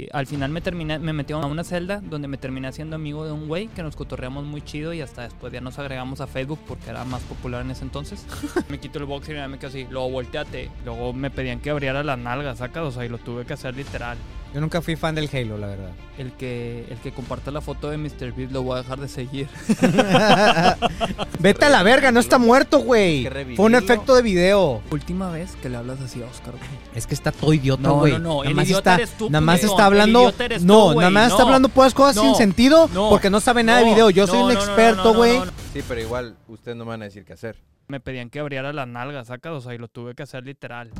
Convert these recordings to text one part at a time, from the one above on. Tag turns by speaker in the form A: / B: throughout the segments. A: y al final me terminé, me metí a una celda donde me terminé haciendo amigo de un güey que nos cotorreamos muy chido y hasta después ya nos agregamos a Facebook porque era más popular en ese entonces. me quito el boxer y me quedo así, luego volteate. Luego me pedían que abriera las nalgas, sacas, o sea, y lo tuve que hacer literal.
B: Yo nunca fui fan del Halo, la verdad.
A: El que, el que comparta la foto de Mr. Beast lo voy a dejar de seguir.
B: Vete a la verga, no está muerto, güey.
C: Hay que
B: Fue un
C: revivirlo.
B: efecto de video.
A: Última vez que le hablas así a Oscar, güey.
B: Es que está todo idiota,
A: No,
B: güey.
A: no, no,
B: Nada
A: el
B: más
A: idiota
B: está,
A: eres tú,
B: nada más
A: pendejo.
B: está
A: El
B: hablando.
A: idiota eres tú,
B: no,
A: güey,
B: nada más está
A: no.
B: hablando puras cosas sin
A: No,
B: sentido
A: no,
B: porque no sabe nada de
A: no,
B: video. Yo soy
A: no,
B: un
A: no, no, no,
B: experto,
A: no,
B: güey.
A: no, no.
C: Sí, pero igual ustedes no me van a decir qué hacer.
A: Me pedían que abriera las nalgas, sacas, o sea, y lo tuve que hacer literal.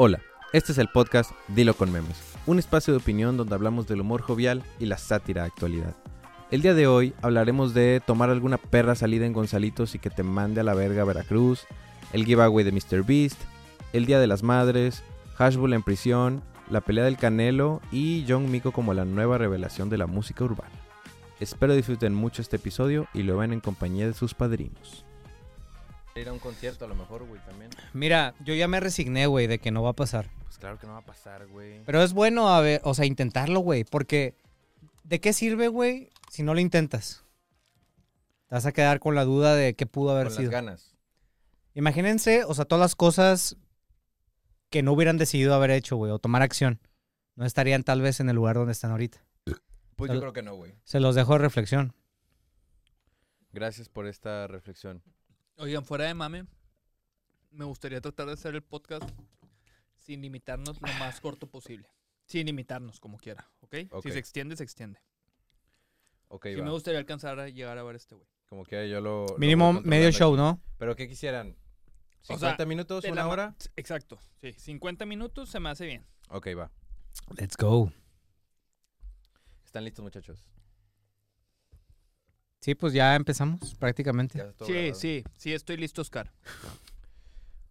C: Hola, este es el podcast Dilo con Memes, un espacio de opinión donde hablamos del humor jovial y la sátira de actualidad. El día de hoy hablaremos de tomar alguna perra salida en Gonzalitos y que te mande a la verga a Veracruz, el giveaway de Mr. Beast, el Día de las Madres, Hashbull en prisión, la pelea del Canelo y John Mico como la nueva revelación de la música urbana. Espero disfruten mucho este episodio y lo ven en compañía de sus padrinos. Ir a un concierto a lo mejor, güey, también.
B: Mira, yo ya me resigné, güey, de que no va a pasar.
C: Pues claro que no va a pasar, güey.
B: Pero es bueno, a ver, o sea, intentarlo, güey, porque ¿de qué sirve, güey, si no lo intentas? Te vas a quedar con la duda de qué pudo haber
C: Con las
B: sido.
C: ganas.
B: Imagínense, o sea, todas las cosas que no hubieran decidido haber hecho, güey, o tomar acción. No estarían tal vez en el lugar donde están ahorita.
C: Pues
B: Tal-
C: yo creo que no, güey.
B: Se los dejo de reflexión.
C: Gracias por esta reflexión.
A: Oigan, fuera de mame, me gustaría tratar de hacer el podcast sin limitarnos lo más corto posible. Sin limitarnos, como quiera, ¿ok?
C: Ok.
A: Si se extiende, se extiende.
C: Ok,
A: Sí
C: va.
A: me gustaría alcanzar a llegar a ver a este güey.
C: Como que yo lo. lo
B: Mínimo
C: voy
B: medio
C: controlando
B: show, ¿no?
C: aquí. Pero ¿qué quisieran?
A: sea,
C: ¿50 minutos?
A: de
C: ¿Una
A: la ma-
C: hora?
A: Sí, Exacto, sí. 50 minutos se me hace bien.
C: Ok, va.
B: Let's go.
C: ¿Están listos, muchachos?
B: Sí, pues ya empezamos prácticamente.
C: Ya está todo
A: sí,
C: grabado.
A: sí, sí, estoy listo, Oscar.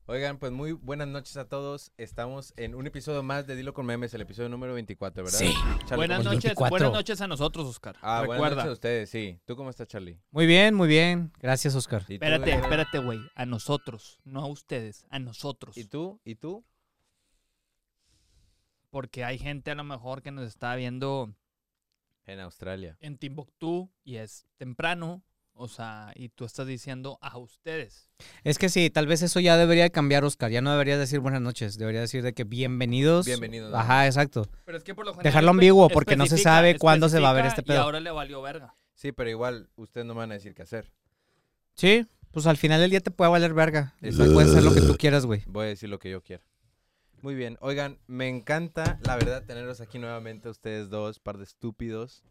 C: Oigan, pues muy buenas noches a todos. Estamos en un episodio más de Dilo con Memes, el episodio número 24, ¿verdad?
B: Sí.
C: Charlie,
A: buenas
C: ¿cómo
B: el
A: noches,
C: estás?
B: 24.
A: buenas noches a nosotros, Oscar.
C: Ah, buenas
A: Recuerda.
C: noches a ustedes, sí. ¿Tú cómo estás, Charlie?
B: Muy bien, muy bien. Gracias, Oscar.
C: ¿Y tú,
A: espérate,
C: Diego?
A: espérate, güey. A nosotros, no a ustedes, a nosotros.
C: ¿Y tú? ¿Y tú?
A: Porque hay gente a lo mejor que nos está viendo
C: En Australia.
A: en Timbuktu y es temprano, o sea, y tú estás diciendo a ustedes.
B: Es que sí, tal vez eso ya debería cambiar, Oscar. Ya no deberías decir buenas noches, debería decir de que bienvenidos.
C: Bienvenidos, ¿no?
B: Ajá, exacto.
A: Pero es que por lo general
B: Dejarlo
A: espe-
B: ambiguo, porque no se
A: especifica-
B: sabe cuándo se va a ver
A: especifica
B: este pedo.
A: Y ahora le valió verga.
C: Sí, pero igual ustedes no me van a decir qué hacer.
B: Sí, pues al final del día te puede valer verga.
C: Exacto.
B: Puedes hacer lo que tú quieras, güey.
C: Voy a decir lo que yo quiera. Muy bien, oigan, me encanta, la verdad, tenerlos aquí nuevamente, ustedes dos, par de estúpidos.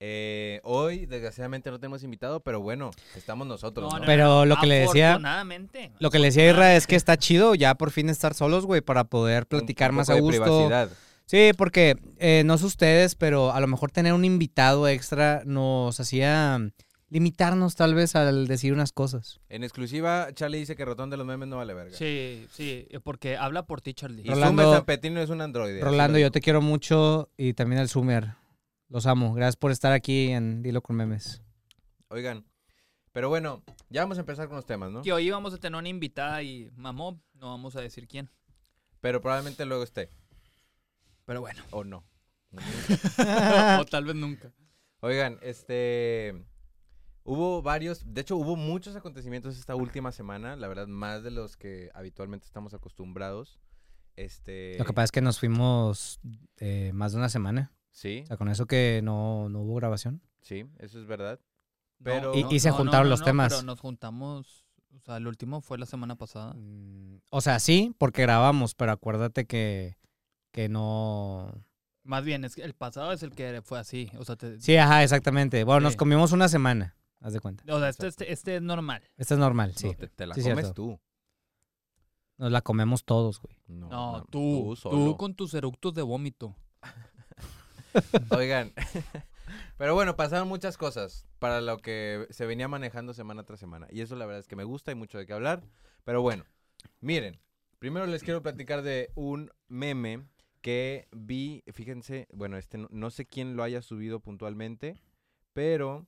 C: Eh, hoy, desgraciadamente, no tenemos invitado, pero bueno, estamos nosotros.
A: No,
C: ¿no?
A: no,
B: Pero lo que le decía,
A: Afortunadamente.
B: lo que le decía a Irra es que está chido ya por fin estar solos, güey, para poder
C: Un- un
B: platicar más a
C: poco de
B: gusto.
C: privacidad.
B: Sí, porque eh, no sé ustedes, pero a lo mejor tener un invitado extra nos hacía limitarnos tal vez al decir unas cosas.
C: En exclusiva, Charlie dice que Rotón de los memes no vale verga.
A: Sí, sí, porque habla por ti, Charlie.
C: Y
B: Rolando-
C: Zumba Zampetino es un androide.
B: Rolando, yo te quiero mucho y también al Sumer. Los amo. Gracias por estar aquí en Dilo con Memes.
C: Oigan, pero bueno, ya vamos a empezar con los temas, ¿no?
A: Que hoy íbamos a tener una invitada y mamó, no vamos a decir quién.
C: Pero probablemente luego esté,
A: Pero bueno,
C: o no.
A: o tal vez nunca.
C: Oigan, este. Hubo varios, de hecho hubo muchos acontecimientos esta última semana, la verdad, más de los que habitualmente estamos acostumbrados. Este.
B: Lo que pasa es que nos fuimos eh, más de una semana.
C: Sí,
B: O sea, con eso que no, no hubo grabación.
C: sí, eso es verdad.
A: No,
C: Pero-
B: Y- y se juntaron los temas.
A: Pero nos juntamos, o sea, el último fue la semana pasada.
B: Mm, O sea, sí, porque grabamos, pero acuérdate que, que no...
A: Más bien, es que el pasado es el que fue así, o sea, te-
B: Sí, ajá, exactamente. Bueno, nos
A: Sí.
B: comimos una semana, haz de cuenta.
A: o sea, este, este, este es normal.
B: Esto es normal, sí.
C: No, te, te la
B: Sí,
C: comes
B: cierto.
C: tú.
B: Nos la comemos todos, güey.
C: No,
A: No,
C: no,
A: tú, tú,
C: solo.
A: con tus eructos de vómito.
C: Oigan, pero bueno, pasaron muchas cosas para lo que se venía manejando semana tras semana. Y eso la verdad es que me gusta, hay mucho de qué hablar. Pero bueno, miren, primero les quiero platicar de un meme que vi, fíjense, bueno, este no, no sé quién lo haya subido puntualmente, pero...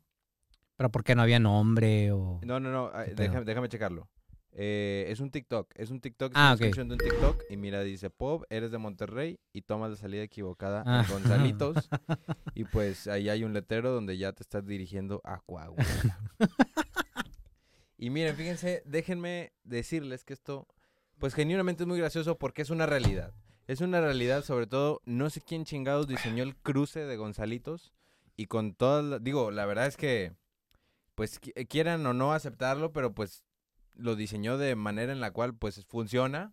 B: Pero porque no había nombre o...
C: No, no, no, ah,
B: ¿Qué pedo?
C: déjame, déjame checarlo. Eh, es un TikTok, es un TikTok, es
B: Ah,
C: una
B: ok.
C: descripción de un TikTok. Y mira, dice, Pop, eres de Monterrey y tomas la salida equivocada a
B: Ah.
C: Gonzalitos. y pues ahí hay un letrero donde ya te estás dirigiendo a Coahuila. y miren, fíjense, déjenme decirles que esto, pues genuinamente es muy gracioso porque es una realidad. Es una realidad, sobre todo, no sé quién chingados diseñó el cruce de Gonzalitos. Y con todas, la- digo, la verdad es que, pues qui- quieran o no aceptarlo, pero pues lo diseñó de manera en la cual pues funciona,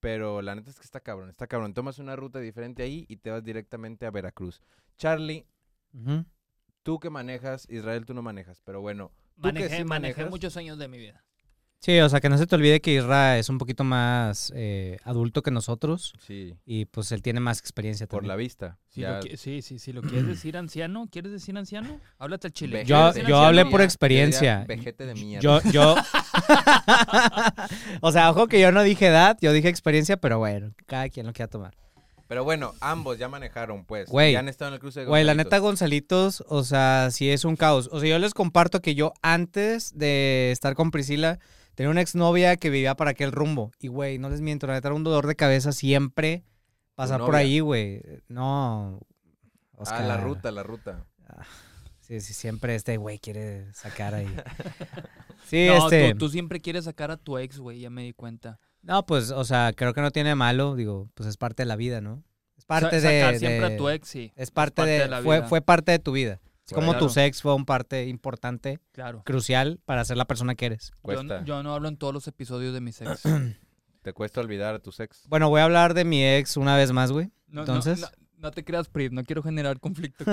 C: pero la neta es que está cabrón, está cabrón. Tomas una ruta diferente ahí y te vas directamente a Veracruz. Charlie,
B: Ujú.
C: tú que manejas, Israel tú no manejas, pero bueno, tú que
A: Manejé, manejé
C: sí manejas,
A: muchos años de mi vida.
B: Sí, o sea, que no se te olvide que Isra es un poquito más eh, adulto que nosotros
C: sí,
B: y pues él tiene más experiencia
C: por la
B: también.
C: vista.
A: Si
C: ya
A: lo qui- sí, sí, si lo quieres decir anciano, ¿quieres decir anciano? Háblate al chile.
C: vejete
B: Yo-
A: ¿Quieres
C: de
A: decir
B: yo
A: anciano?
B: hablé
C: mierda,
B: por
C: te diría
B: experiencia.
C: Vejete de mierda.
B: Yo, yo. o sea, ojo que yo no dije edad, yo dije experiencia, pero bueno, cada quien lo quiera tomar.
C: Pero bueno, ambos ya manejaron, pues.
B: Güey.
C: Ya han estado en el cruce de
B: Güey, la
C: Gonzalitos.
B: neta, Gonzalitos, o sea, sí es un caos. O sea, yo les comparto que yo antes de estar con Priscila, tenía una exnovia que vivía para aquel rumbo. Y, güey, no les miento, la neta era un dolor de cabeza siempre pasar por
C: novia?
B: ahí, güey. No.
C: Ah, la
B: Oscar,
C: ruta, la ruta.
B: Sí, sí, siempre este güey quiere sacar ahí. Sí,
A: No,
B: este.
A: tú, tú siempre quieres sacar a tu ex, güey, ya me di cuenta.
B: No, pues, o sea, creo que no tiene malo, digo, pues es parte de la vida, ¿no? Es parte
A: Sa-
B: de.
A: sacar siempre
B: de-
A: a tu ex, sí,
B: Es parte,
A: parte
B: de.
A: de la
B: fue,
A: vida.
B: fue parte de tu vida. Es como
A: Claro.
B: tu sex fue un parte importante,
A: claro.
B: crucial para ser la persona que eres.
A: Yo,
C: Cuesta.
A: yo no hablo en todos los episodios de mis ex.
C: Te cuesta olvidar a tus ex.
B: Bueno, voy a hablar de mi ex una vez más, güey.
A: No, no,
B: Entonces.
A: No, no te creas, Priv, no quiero generar conflicto.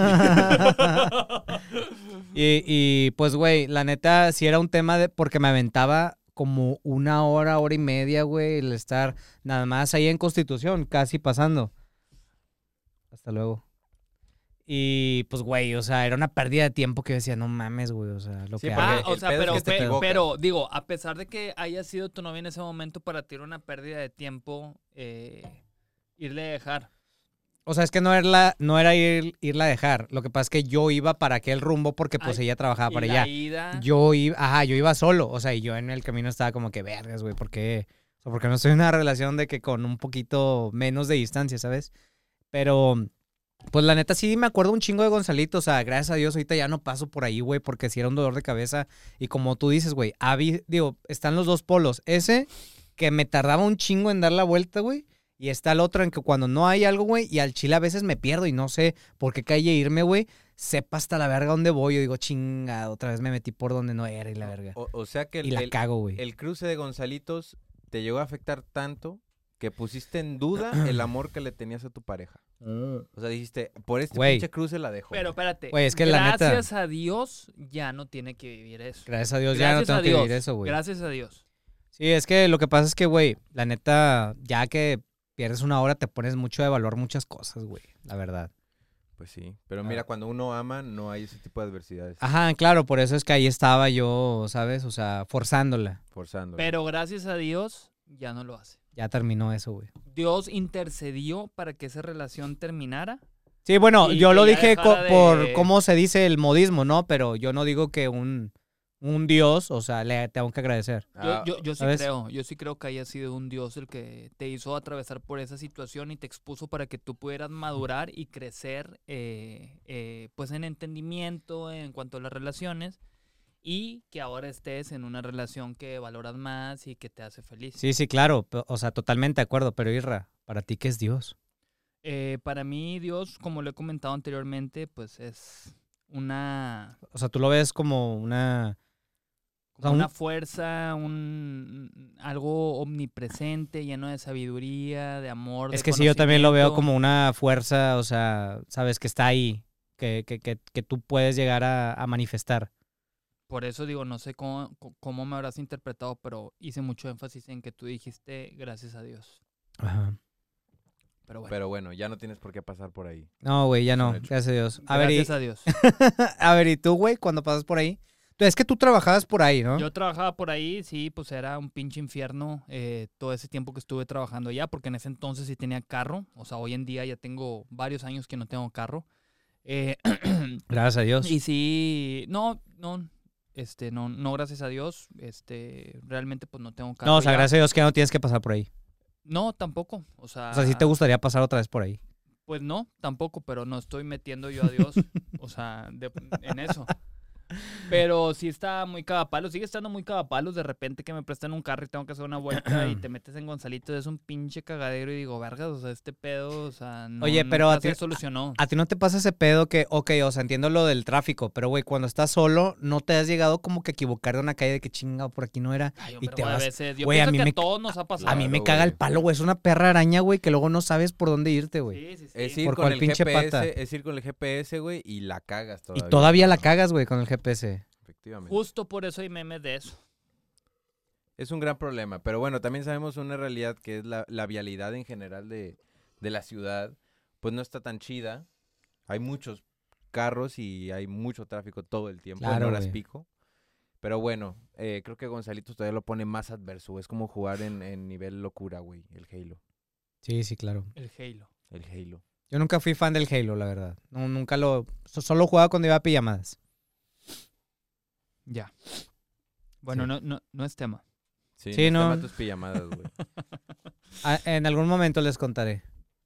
B: y, y, pues, güey, la neta, sí era un tema de porque me aventaba como una hora, hora y media, güey, el estar nada más ahí en Constitución, casi pasando. Hasta luego. Y pues, güey, o sea, era una pérdida de tiempo que yo decía, no mames, güey, o sea, lo
C: Sí,
B: que
C: porque-
B: hago.
A: Ah, o
C: el
A: sea,
C: pedo es
A: pero,
C: que te
A: pe-
C: equivocas.
A: pero, digo, a pesar de que haya sido tu novia en ese momento, para ti era una pérdida de tiempo eh, irle a dejar.
B: O sea, es que no era, la- no era ir, irla a dejar. Lo que pasa es que yo iba para aquel rumbo porque pues
A: Ay,
B: ella trabajaba
A: Y
B: para
A: la
B: allá.
A: ida-
B: Yo iba, ajá, yo iba solo. O sea, y yo en el camino estaba como que vergas, güey, ¿por qué? O sea, porque no estoy en una relación de que con un poquito menos de distancia, ¿sabes? Pero, pues la neta sí me acuerdo un chingo de Gonzalito. O sea, gracias a Dios ahorita ya no paso por ahí, güey, porque si era un dolor de cabeza. Y como tú dices, güey, habi- digo, están los dos polos. Ese que me tardaba un chingo en dar la vuelta, güey. Y está el otro en que cuando no hay algo, güey, y al chile a veces me pierdo y no sé por qué calle irme, güey. Sepa hasta la verga dónde voy. Yo digo, chinga, otra vez me metí por donde no era y la verga.
A: Oh,
C: O, o sea que el,
B: y la
C: el-
B: cago, güey.
C: el cruce de Gonzalitos te llegó a afectar tanto que pusiste en duda el amor que le tenías a tu pareja. O sea, dijiste, por este
B: Güey.
C: pinche cruce la dejo.
A: Pero
C: güey.
A: espérate.
B: Güey, Pues es que la neta-
A: gracias a Dios ya no tiene que vivir eso.
B: Gracias a Dios ya no
A: Gracias
B: tengo
A: a
B: que
A: Dios.
B: vivir eso, güey.
A: Gracias a Dios.
B: Sí, es que lo que pasa es que, güey, la neta, ya que pierdes una hora, te pones mucho de valor muchas cosas, güey. La verdad.
C: Pues sí. Pero mira,
B: Ah.
C: cuando uno ama, no hay ese tipo de adversidades.
B: Ajá, claro, por eso es que ahí estaba yo, ¿sabes? O sea, forzándola. Pues.
C: Forzando.
A: Pero gracias a Dios ya no lo hace.
B: Ya terminó eso, güey.
A: Dios intercedió para que esa relación terminara.
B: Sí, bueno,
A: Y
B: yo
A: que
B: lo
A: ya
B: dije co-
A: dejara
B: por
A: de-
B: cómo se dice el modismo, ¿no? Pero yo no digo que un, un dios, o sea, le tengo que agradecer.
A: Yo,
C: Ah,
A: yo, yo sí
B: ¿sabes?
A: creo, yo sí creo que haya sido un Dios el que te hizo atravesar por esa situación y te expuso para que tú pudieras madurar y crecer eh, eh, pues en entendimiento en cuanto a las relaciones y que ahora estés en una relación que valoras más y que te hace feliz.
B: Sí, sí, claro, pe- o sea, totalmente de acuerdo, pero Irra, ¿para ti qué es Dios?
A: Eh, para mí Dios, como lo he comentado anteriormente, pues es una,
B: O sea, tú lo ves como una... o sea,
A: como una
B: un-
A: fuerza, un algo omnipresente, lleno de sabiduría, de amor.
B: es
A: de
B: que sí, yo también lo veo
A: conocimiento.
B: como una fuerza, o sea, sabes que está ahí, que, que, que, que tú puedes llegar a, a manifestar.
A: Por eso digo, no sé cómo, co- cómo me habrás interpretado, pero hice mucho énfasis en que tú dijiste gracias a Dios.
B: Ajá.
A: Pero bueno,
C: Pero bueno, ya no tienes por qué pasar por ahí.
B: No, güey, ya no,
C: Hecho.
B: gracias a Dios. A ver, y-
A: gracias a Dios.
B: a ver, ¿y tú, güey, cuando pasas por ahí? Tú- Es que tú trabajabas por ahí, ¿no?
A: Yo trabajaba por ahí, sí, pues era un pinche infierno eh, todo ese tiempo que estuve trabajando allá, porque en ese entonces sí tenía carro, o sea, hoy en día ya tengo varios años que no tengo carro. Eh,
B: Gracias a Dios.
A: y sí, no, no, Este, no, no, gracias a Dios, este, realmente pues no tengo carro.
B: No, o sea,
A: ya.
B: gracias a Dios que ya no tienes que pasar por ahí.
A: No, tampoco. O sea,
B: O sea,
C: Ah.
B: sí te gustaría pasar otra vez por ahí.
A: Pues no, tampoco, pero no estoy metiendo yo a Dios, o sea, de- en eso. Pero sí está muy cagapalos, sigue estando muy cagapalos. De repente que me prestan un carro y tengo que hacer una vuelta y te metes en Gonzalito, es un pinche cagadero y digo, vergas, o sea, este pedo, o sea, no,
B: Oye, pero a
A: nunca
B: ti-
A: se solucionó.
B: ¿A ti no te pasa ese pedo que, ok, o sea, entiendo lo del tráfico, pero güey, cuando estás solo, no te has llegado como que a equivocar de una calle de que chinga, por aquí no era.
A: Ay,
B: y
A: hombre,
B: te
A: güey, a
B: vas.
A: veces, yo
B: Güey, a
A: pienso
B: mí
A: que
B: me
A: a
B: ca-
A: todos nos ha pasado.
B: a mí me
C: Claro,
B: caga
C: güey.
B: el palo, güey. Es una perra araña, güey, que luego no sabes por dónde irte, güey.
A: Sí, sí, sí.
C: Es ir
B: Por
C: con
B: cual
C: el
B: pinche
C: GPS,
B: pata.
C: es ir con el GPS, güey, y la cagas
B: y
C: todavía.
B: todavía la cagas, güey, con el GPS.
C: Efectivamente.
A: Justo por eso hay memes de eso.
C: Es un gran problema, pero bueno, también sabemos una realidad que es la, la vialidad en general de, de la ciudad, pues no está tan chida. Hay muchos carros y hay mucho tráfico todo el tiempo, en
B: Claro,
C: horas
B: güey.
C: pico. Pero bueno, eh, creo que Gonzalito todavía lo pone más adverso. Es como jugar en, en nivel locura, güey, el Halo.
B: Sí, sí, claro.
A: El Halo.
C: El Halo.
B: Yo nunca fui fan del Halo, la verdad. No, nunca lo. so- Solo jugaba cuando iba a pijamadas.
A: Ya. Bueno,
B: Sí.
A: no, no, no es tema.
C: Sí,
B: Sí,
C: no.
B: no.
C: tema tus pijamadas, güey.
B: Ah, en algún momento les contaré.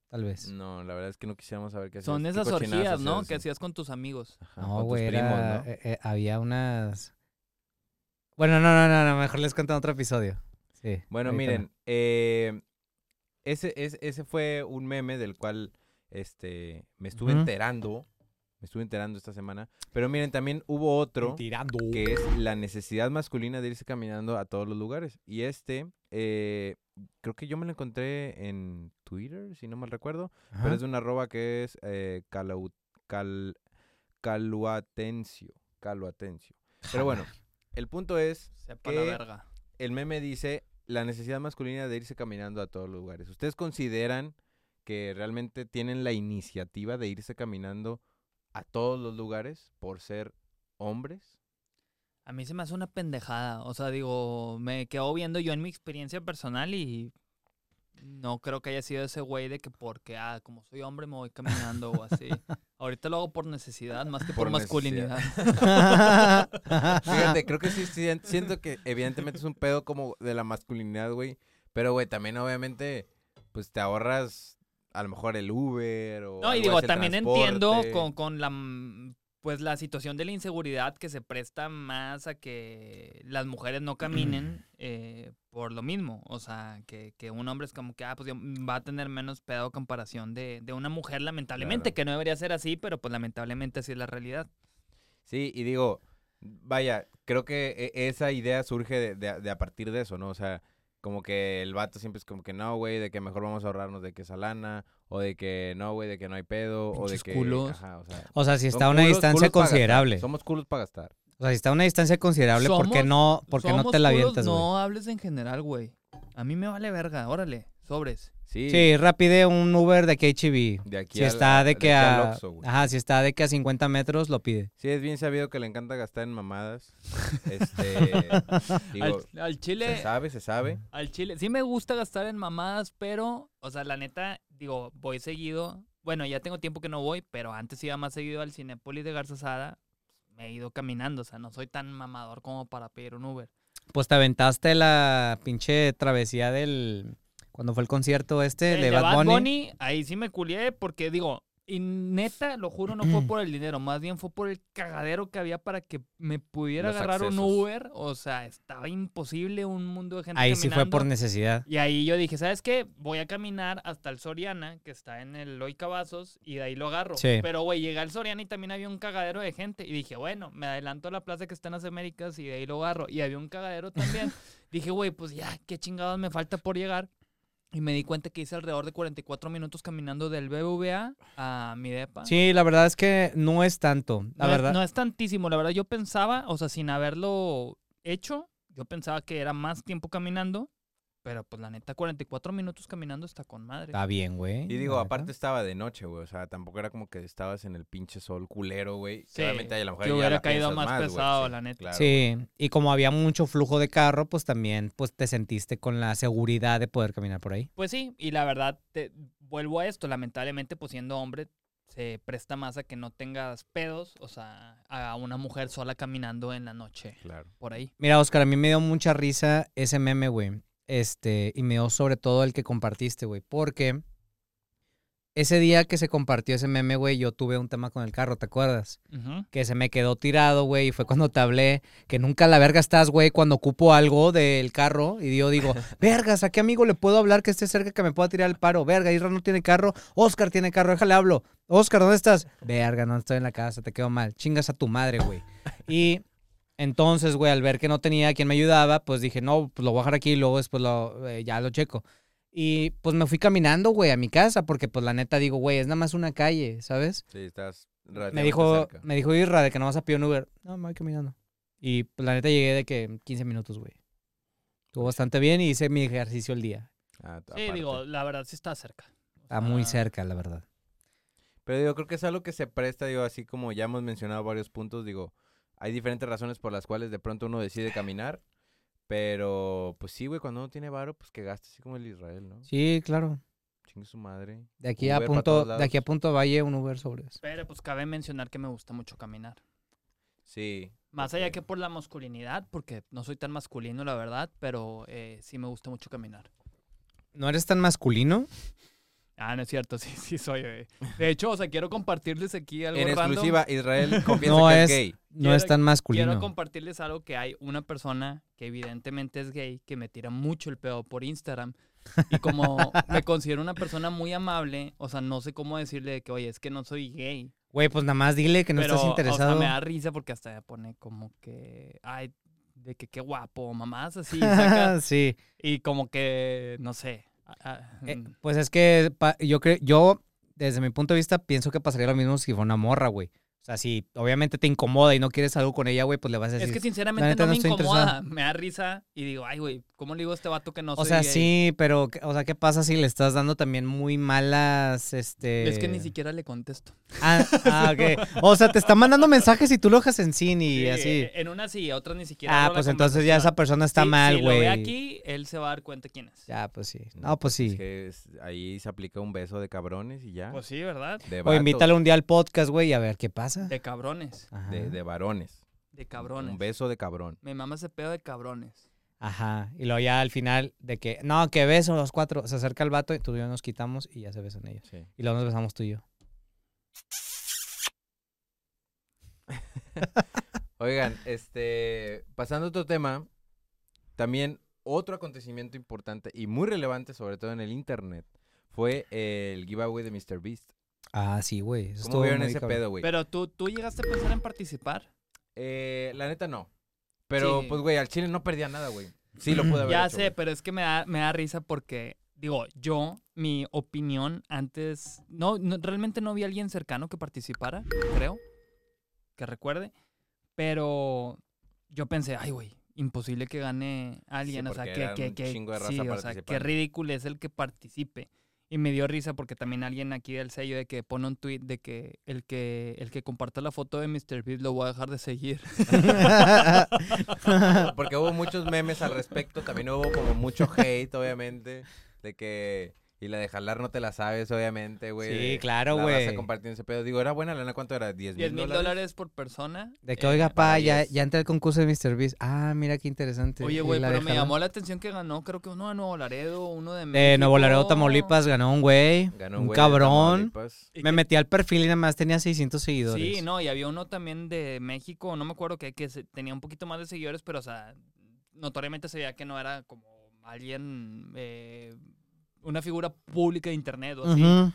B: Tal vez.
C: No, la verdad es que no quisiéramos saber qué hacías,
A: Son
C: qué
A: esas
C: cochinadas
A: orgías, ¿no?
C: hacías,
A: Que
C: sí.
A: hacías con tus amigos.
C: Ajá, Ah, con
B: No,
C: tus
B: güey.
C: primos,
B: era-
C: ¿no?
B: eh, eh, había unas. Bueno, no, no, no, no. Mejor les cuento en otro episodio. Sí.
C: Bueno,
B: ahorita no.
C: miren, eh, ese, es- ese fue un meme del cual este, me estuve
B: Ujú.
C: enterando. Me estuve enterando esta semana. Pero miren, también hubo otro
B: Tirando.
C: que es la necesidad masculina de irse caminando a todos los lugares. Y este, eh, creo que yo me lo encontré en Twitter, si no mal recuerdo.
B: Ajá.
C: Pero es de una arroba que es eh, calau- cal- caluatencio. Caluatencio. Pero bueno, el punto es
A: Sepa la
C: ¿Qué?
A: verga.
C: el meme dice la necesidad masculina de irse caminando a todos los lugares. ¿Ustedes consideran que realmente tienen la iniciativa de irse caminando a todos los lugares por ser hombres?
A: A mí se me hace una pendejada. O sea, digo, me quedo viendo yo en mi experiencia personal y no creo que haya sido ese güey de que porque, ah, como soy hombre me voy caminando o así. Ahorita lo hago por necesidad más que por,
C: Por necesidad.
A: masculinidad.
C: Fíjate, creo que sí, sí, en- siento que evidentemente es un pedo como de la masculinidad, güey. Pero, güey, también obviamente, pues te ahorras a lo mejor el Uber o...
A: No, y
C: algo
A: digo,
C: así, el
A: también entiendo
C: transporte.
A: con, con la mm, pues la situación de la inseguridad que se presta más a que las mujeres no caminen eh, por lo mismo. O sea, que, que un hombre es como que ah, pues, yo- va a tener menos pedo a comparación de, de una mujer, lamentablemente,
C: Claro.
A: que no debería ser así, pero pues lamentablemente así es la realidad.
C: Sí, y digo, vaya, creo que e- esa idea surge de, de a- de a partir de eso, ¿no? O sea, como que el vato siempre es como que no, güey, de que mejor vamos a ahorrarnos de que esa lana, o de que no, güey, de que no hay pedo, o de
A: Pinches
C: que...
A: culos.
C: Ajá, o sea,
B: O sea, si
C: son
B: está a una
C: culos-
B: distancia
C: culos pa' gastar.
B: considerable.
C: Somos culos para gastar.
B: O sea, si está a una distancia considerable, ¿por qué
A: Somos-
B: no, por qué no
A: Somos
B: te la
A: culos,
B: avientas, güey?
A: No hables en general, güey. A mí me vale verga, órale, sobres.
C: Sí,
B: Sí, rápido un Uber de KHB.
C: de aquí
B: Si
C: a
B: está
C: la-
B: de que
C: aquí al
B: a.
C: Oxxo, güey.
B: Ajá, si está de que a 50 metros, lo pide.
C: Sí, es bien sabido que le encanta gastar en mamadas. Este, digo,
A: al, al chile,
C: se sabe, se sabe.
A: Al chile. Sí me gusta gastar en mamadas, pero, o sea, la neta, digo, voy seguido. Bueno, ya tengo tiempo que no voy, pero antes iba más seguido al Cinépolis de Garzasada. Me he ido caminando, o sea, no soy tan mamador como para pedir un Uber.
B: Pues te aventaste la pinche travesía del. Cuando fue el concierto este
A: El
B: de Bad, Bunny.
A: ahí sí me culié porque digo, y neta, lo juro, no fue por el dinero, más bien fue por el cagadero que había para que me pudiera
C: Los
A: agarrar un
C: accesos.
A: Uber. O sea, estaba imposible un mundo de gente
B: Ahí sí fue
A: caminando.
B: por necesidad.
A: Y ahí yo dije, ¿sabes qué? Voy a caminar hasta el Soriana, que está en el Loy Cavazos, y de ahí lo agarro.
B: Sí.
A: Pero, güey, llegué al Soriana y también había un cagadero de gente. Y dije, bueno, me adelanto a la plaza que está en las Américas y de ahí lo agarro. Y había un cagadero también. dije, güey, pues ya, qué chingados me falta por llegar. Y me di cuenta que hice alrededor de 44 minutos caminando del BBVA a mi depa.
B: Sí, la verdad es que no es tanto.
A: Ah.
B: La
A: no,
B: verdad.
A: Es, no es tantísimo, la verdad. Yo pensaba, o sea, sin haberlo hecho, yo pensaba que era más tiempo caminando, pero pues la neta, 44 minutos caminando está con madre.
B: Está bien, güey.
A: Mm,
C: Y digo,
B: la
C: aparte
B: neta.
C: estaba de noche, güey. O sea, tampoco era como que estabas en el pinche sol culero, güey.
A: Sí,
C: Claramente a lo mejor
A: que
C: ya
A: hubiera
C: la
A: caído
C: piensas
A: más
C: güey,
A: pesado, la neta.
C: claro, güey.
B: Sí, y como había mucho flujo de carro, pues también pues te sentiste con la seguridad de poder caminar por ahí.
A: Pues sí, y la verdad, te, vuelvo a esto, lamentablemente, pues siendo hombre, se presta más a que no tengas pedos, o sea, a una mujer sola caminando en la noche
C: Claro.
A: por ahí.
B: Mira, Oscar, a mí me dio mucha risa ese meme, güey. Este, y me dio sobre todo el que compartiste, güey. Porque ese día que se compartió ese meme, güey, yo tuve un tema con el carro, ¿te acuerdas?
A: Ujú.
B: Que se me quedó tirado, güey, y fue cuando te hablé que nunca la verga estás, güey, cuando ocupo algo del carro. Y yo digo, vergas, ¿a qué amigo le puedo hablar que esté cerca que me pueda tirar el paro? Verga, Isra no tiene carro, Oscar tiene carro, déjale hablo. Oscar, ¿dónde estás? Verga, no estoy en la casa, te quedo mal. Chingas a tu madre, güey. Y entonces, güey, al ver que no tenía quien me ayudaba, pues dije, no, pues lo voy a dejar aquí y luego después lo, eh, ya lo checo. Y pues me fui caminando, güey, a mi casa, porque pues la neta digo, güey, es nada más una calle, ¿sabes?
C: Sí, estás
B: Me
C: relativamente
B: dijo,
C: cerca.
B: me dijo Irra de que no vas a pedir un Uber. No, me voy caminando. Y pues, la neta llegué de que 15 minutos, güey. Estuvo bastante bien y hice mi ejercicio el día.
C: Ah,
A: Sí,
C: aparte.
A: digo, la verdad sí está cerca. O
B: Está
C: Ah.
B: muy
A: sea,
B: cerca, la verdad.
C: Pero yo creo que es algo que se presta, digo, así como ya hemos mencionado varios puntos, digo, hay diferentes razones por las cuales de pronto uno decide caminar, pero pues sí, güey, cuando uno tiene varo, pues que gaste así como el Israel, ¿no?
B: Sí, claro.
C: Chingue su madre.
B: De aquí
C: Uber
B: a
C: pa'
B: punto,
C: todos
B: de aquí a
C: lados.
B: punto Valle, un Uber sobre eso.
A: Pero pues cabe mencionar que me gusta mucho caminar.
C: Sí.
A: Más allá
C: Ok.
A: que por la masculinidad, porque no soy tan masculino, la verdad, pero eh, sí me gusta mucho caminar.
B: ¿No eres tan masculino?
A: Ah, no es cierto, sí, sí soy. eh. De hecho, o sea, quiero compartirles aquí algo
C: En
A: random.
C: exclusiva, Israel confiesa
B: No
C: que es
B: es-
C: gay.
B: No
A: Quiero-
B: es tan masculino.
A: Quiero compartirles algo que hay una persona que evidentemente es gay, que me tira mucho el pedo por Instagram. Y como me considero una persona muy amable, o sea, no sé cómo decirle de que, oye, es que no soy gay.
B: Güey, pues nada más dile que no
A: pero,
B: estás
A: O
B: interesado.
A: sea, me da risa porque hasta me pone como que, ay, de que qué guapo, mamás así. saca.
B: sí.
A: Y como que, no sé. a- a-
B: Eh,
A: mm,
B: pues es que pa- yo creo, yo desde mi punto de vista pienso que pasaría lo mismo si fuera una morra, güey. O sea, si obviamente te incomoda y no quieres algo con ella, güey, pues le vas a decir.
A: es que sinceramente
B: neta
A: no
B: no
A: me
B: estoy
A: incomoda.
B: interesado.
A: Me da risa y digo, ay, güey, ¿cómo le digo a este vato que no soy
B: o sea,
A: gay?
B: sí, pero, ¿qué- o sea, ¿qué pasa si le estás dando también muy malas, este?
A: Es que ni siquiera le contesto.
B: Ah, ah, ok. O sea, te está mandando mensajes y tú lo dejas en cine y
A: Sí,
B: así.
A: eh, En una sí, en otra ni siquiera.
B: Ah,
A: abro la
B: pues entonces ya esa
A: conversación.
B: persona está
A: Sí,
B: mal,
A: Si lo
B: güey.
A: ve aquí, él se va a dar cuenta quién es.
B: Ya, pues sí. No, pues
C: Es
B: sí.
C: que es- ahí se aplica un beso de cabrones y ya.
A: Pues sí, ¿verdad?
C: de
B: O
C: vatos,
B: invítale un día al podcast, güey, y a ver qué pasa.
A: De cabrones.
B: Ajá.
C: De, de varones.
A: De
C: Un
A: cabrones.
C: beso de cabrón.
A: Me mama ese pedo de cabrones.
B: Ajá. Y luego ya al final de que, no, que beso los cuatro. Se acerca el vato y tú y yo nos quitamos y ya se besan ellos.
C: Sí.
B: Y luego nos besamos tú y yo.
C: Oigan, este, pasando a otro tema, también otro acontecimiento importante y muy relevante, sobre todo en el internet, fue el giveaway de Mr. Beast.
B: Ah, sí, güey. eso
C: ¿Cómo
B: estuvo
C: vieron
B: muy
C: ese
B: cabrón.
C: pedo, güey?
A: Pero tú, tú llegaste a pensar en participar.
C: Eh, la neta no. Pero
A: Sí.
C: pues, güey, al chile no perdía nada, güey. Sí, lo pude haber
A: Ya
C: hecho,
A: sé,
C: güey.
A: pero es que me da, me da risa porque, digo, yo, mi opinión antes. No, no, realmente no vi a alguien cercano que participara, creo. Que recuerde. Pero yo pensé, ay, güey, imposible que gane alguien. o sea,
C: porque
A: que,
C: era
A: que,
C: un
A: que-
C: chingo de
A: sí,
C: raza
A: o sea, qué
C: participando.
A: ridículo es el que participe. Y me dio risa porque también alguien aquí del sello de que pone un tweet de que el que el que comparta la foto de Mr. Beast lo voy a dejar de seguir.
C: Porque hubo muchos memes al respecto, también hubo como mucho hate, obviamente, de que... Y la de jalar no te la sabes, obviamente, güey.
B: Sí,
C: de
B: claro,
C: la
B: güey.
C: raza compartiendo ese pedo. Digo, era buena lana, ¿cuánto era? ¿10
A: 10 mil
C: mil
A: dólares por persona.
B: De que,
A: Eh,
B: oiga, pa, ya,
C: maravillas.
B: ya entré al concurso de Mr. Beast. Ah, mira qué interesante.
A: Oye,
B: Y
A: güey,
B: la
A: pero me
B: dejaron.
A: llamó la atención que ganó, creo que uno de Nuevo Laredo, uno de México.
B: De Nuevo Laredo, Tamaulipas, ganó un güey.
C: Ganó
B: un
C: güey pues, de
B: cabrón.
C: Tamaulipas.
A: Y
B: Me
A: que-
B: metí al perfil y nada más tenía 600 seguidores.
A: Sí, no, y había uno también de México, no me acuerdo qué, que se- tenía un poquito más de seguidores, pero, o sea, notoriamente se veía que no era como alguien, eh, una figura pública de internet o así.
B: Ujú.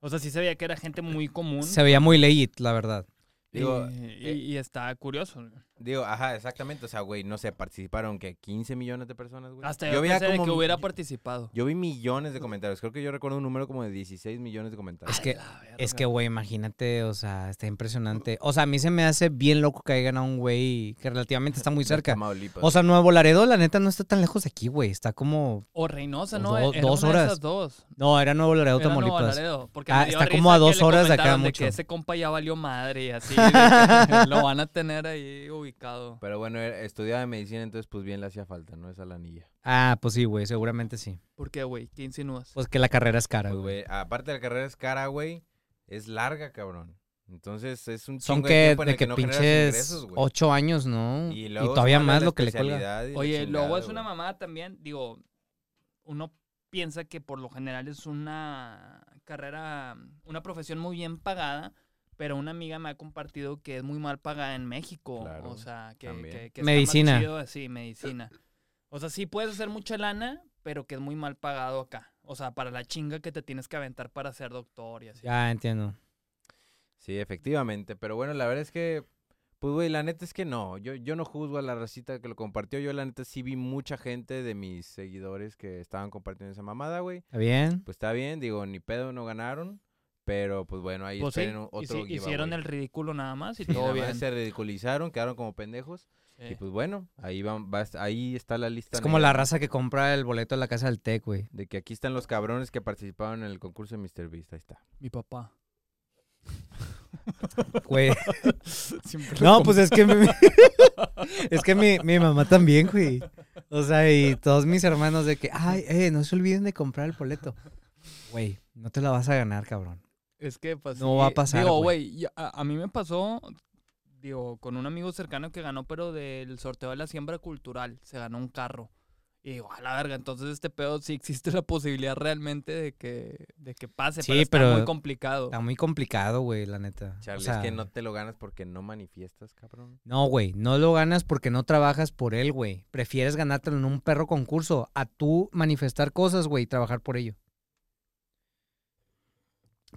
A: O sea, sí se veía que era gente muy común.
B: Se veía muy legit, la verdad.
C: Digo,
A: y, y- y está curioso.
C: Digo, ajá, exactamente. O sea, güey, no sé, participaron que 15 millones de personas, güey.
A: Hasta yo,
C: veía
A: pensé de que
C: mi-
A: hubiera participado.
C: Yo vi millones de comentarios. Creo que yo recuerdo un número como de 16 millones de
A: Ah,
C: comentarios.
B: Es que
A: La verga.
B: Es que, güey, imagínate, o sea, está impresionante. O sea, a mí se me hace bien loco que hayan a un güey que relativamente está muy cerca.
C: Tamaulipas.
B: O sea, Nuevo Laredo, la neta, no está tan lejos de aquí, güey. Está como...
A: O Reynosa, ¿no?
B: Dos-
A: Era
B: dos
A: una de
B: horas.
A: esas dos.
B: No, era Nuevo Laredo,
A: Era Nuevo
B: Tamaulipas.
A: Laredo, porque
B: Ah,
A: me dio
B: está
A: risa
B: como a
A: que
B: dos
A: le
B: horas de acá
A: comentaron
B: mucho.
A: que ese compa ya valió madre y así. de que lo van a tener ahí ubicado.
C: Pero bueno, era- estudiaba medicina, entonces pues bien le hacía falta, ¿no? Esa lanilla.
B: Ah, pues sí, güey, seguramente sí.
A: ¿Por qué, güey? ¿Qué insinúas?
B: Pues que la carrera es cara,
C: Pues,
B: güey.
C: güey, aparte de la carrera es cara, güey. es larga, cabrón. Entonces es un
B: Son
C: chingo de
B: que,
C: tiempo en
B: de
C: el
B: que
C: no generas
B: pinches
C: ingresos, güey.
B: ocho años, ¿no? Y,
C: luego
B: todavía
C: súmale
B: más
C: la
B: lo que le cuelga.
C: especialidad y la
A: Oye, luego
C: chingada,
A: es una
C: güey.
A: mamada también. Digo, uno piensa que por lo general es una carrera, una profesión muy bien pagada, pero una amiga me ha compartido que es muy mal pagada en México.
C: Claro,
A: o sea, que,
C: también.
A: que- que
B: Medicina.
A: Está más chido, sí, medicina. O sea, sí puedes hacer mucha lana, pero que es muy mal pagado acá. O sea, para la chinga que te tienes que aventar para ser doctor y así.
B: Ya entiendo.
C: Sí, efectivamente. Pero bueno, la verdad es que, pues, güey, la neta es que no. Yo, yo no juzgo a la racita que lo compartió. Yo, la neta, sí vi mucha gente de mis seguidores que estaban compartiendo esa mamada, güey.
B: ¿Está bien?
C: Pues está bien, digo, ni pedo, no ganaron. Pero, pues bueno, ahí
A: Pues sí,
C: esperen un-
A: hici-
C: otro
A: hicieron
C: giveaway.
A: el ridículo nada más y
C: Y nada
A: todo
C: más
A: bien.
C: se ridiculizaron, quedaron como pendejos.
A: Sí.
C: Y pues bueno, ahí, van, va a est- ahí está la lista.
B: Es como la
C: negra
B: raza que compra el boleto de la casa del Tec, güey.
C: De que aquí están los cabrones que participaron en el concurso de Mr. Beast. Ahí está.
A: Mi papá.
B: Güey.
A: Siempre lo
B: No, pues es que mi, es que mi, mi mamá también, güey. O sea, y todos mis hermanos de que, ay, eh, no se olviden de comprar el boleto. Güey, no te la vas a ganar, cabrón.
A: Es que pues,
B: No va a
A: sí,
B: pasar,
A: Digo,
B: güey.
A: güey, ya- a, a mí me pasó, digo, con un amigo cercano que ganó, pero del sorteo de la siembra cultural, se ganó un carro. Y digo, a la verga, entonces este pedo sí existe la posibilidad realmente de que, de que pase,
B: Sí,
A: pero está
B: pero
A: muy complicado.
B: Está muy complicado, güey, la neta. O
C: Charlie,
B: sea,
C: es que no te lo ganas porque no manifiestas, cabrón.
B: No, güey, no lo ganas porque no trabajas por él, güey. Prefieres ganártelo en un perro concurso a tú manifestar cosas, güey, y trabajar por ello.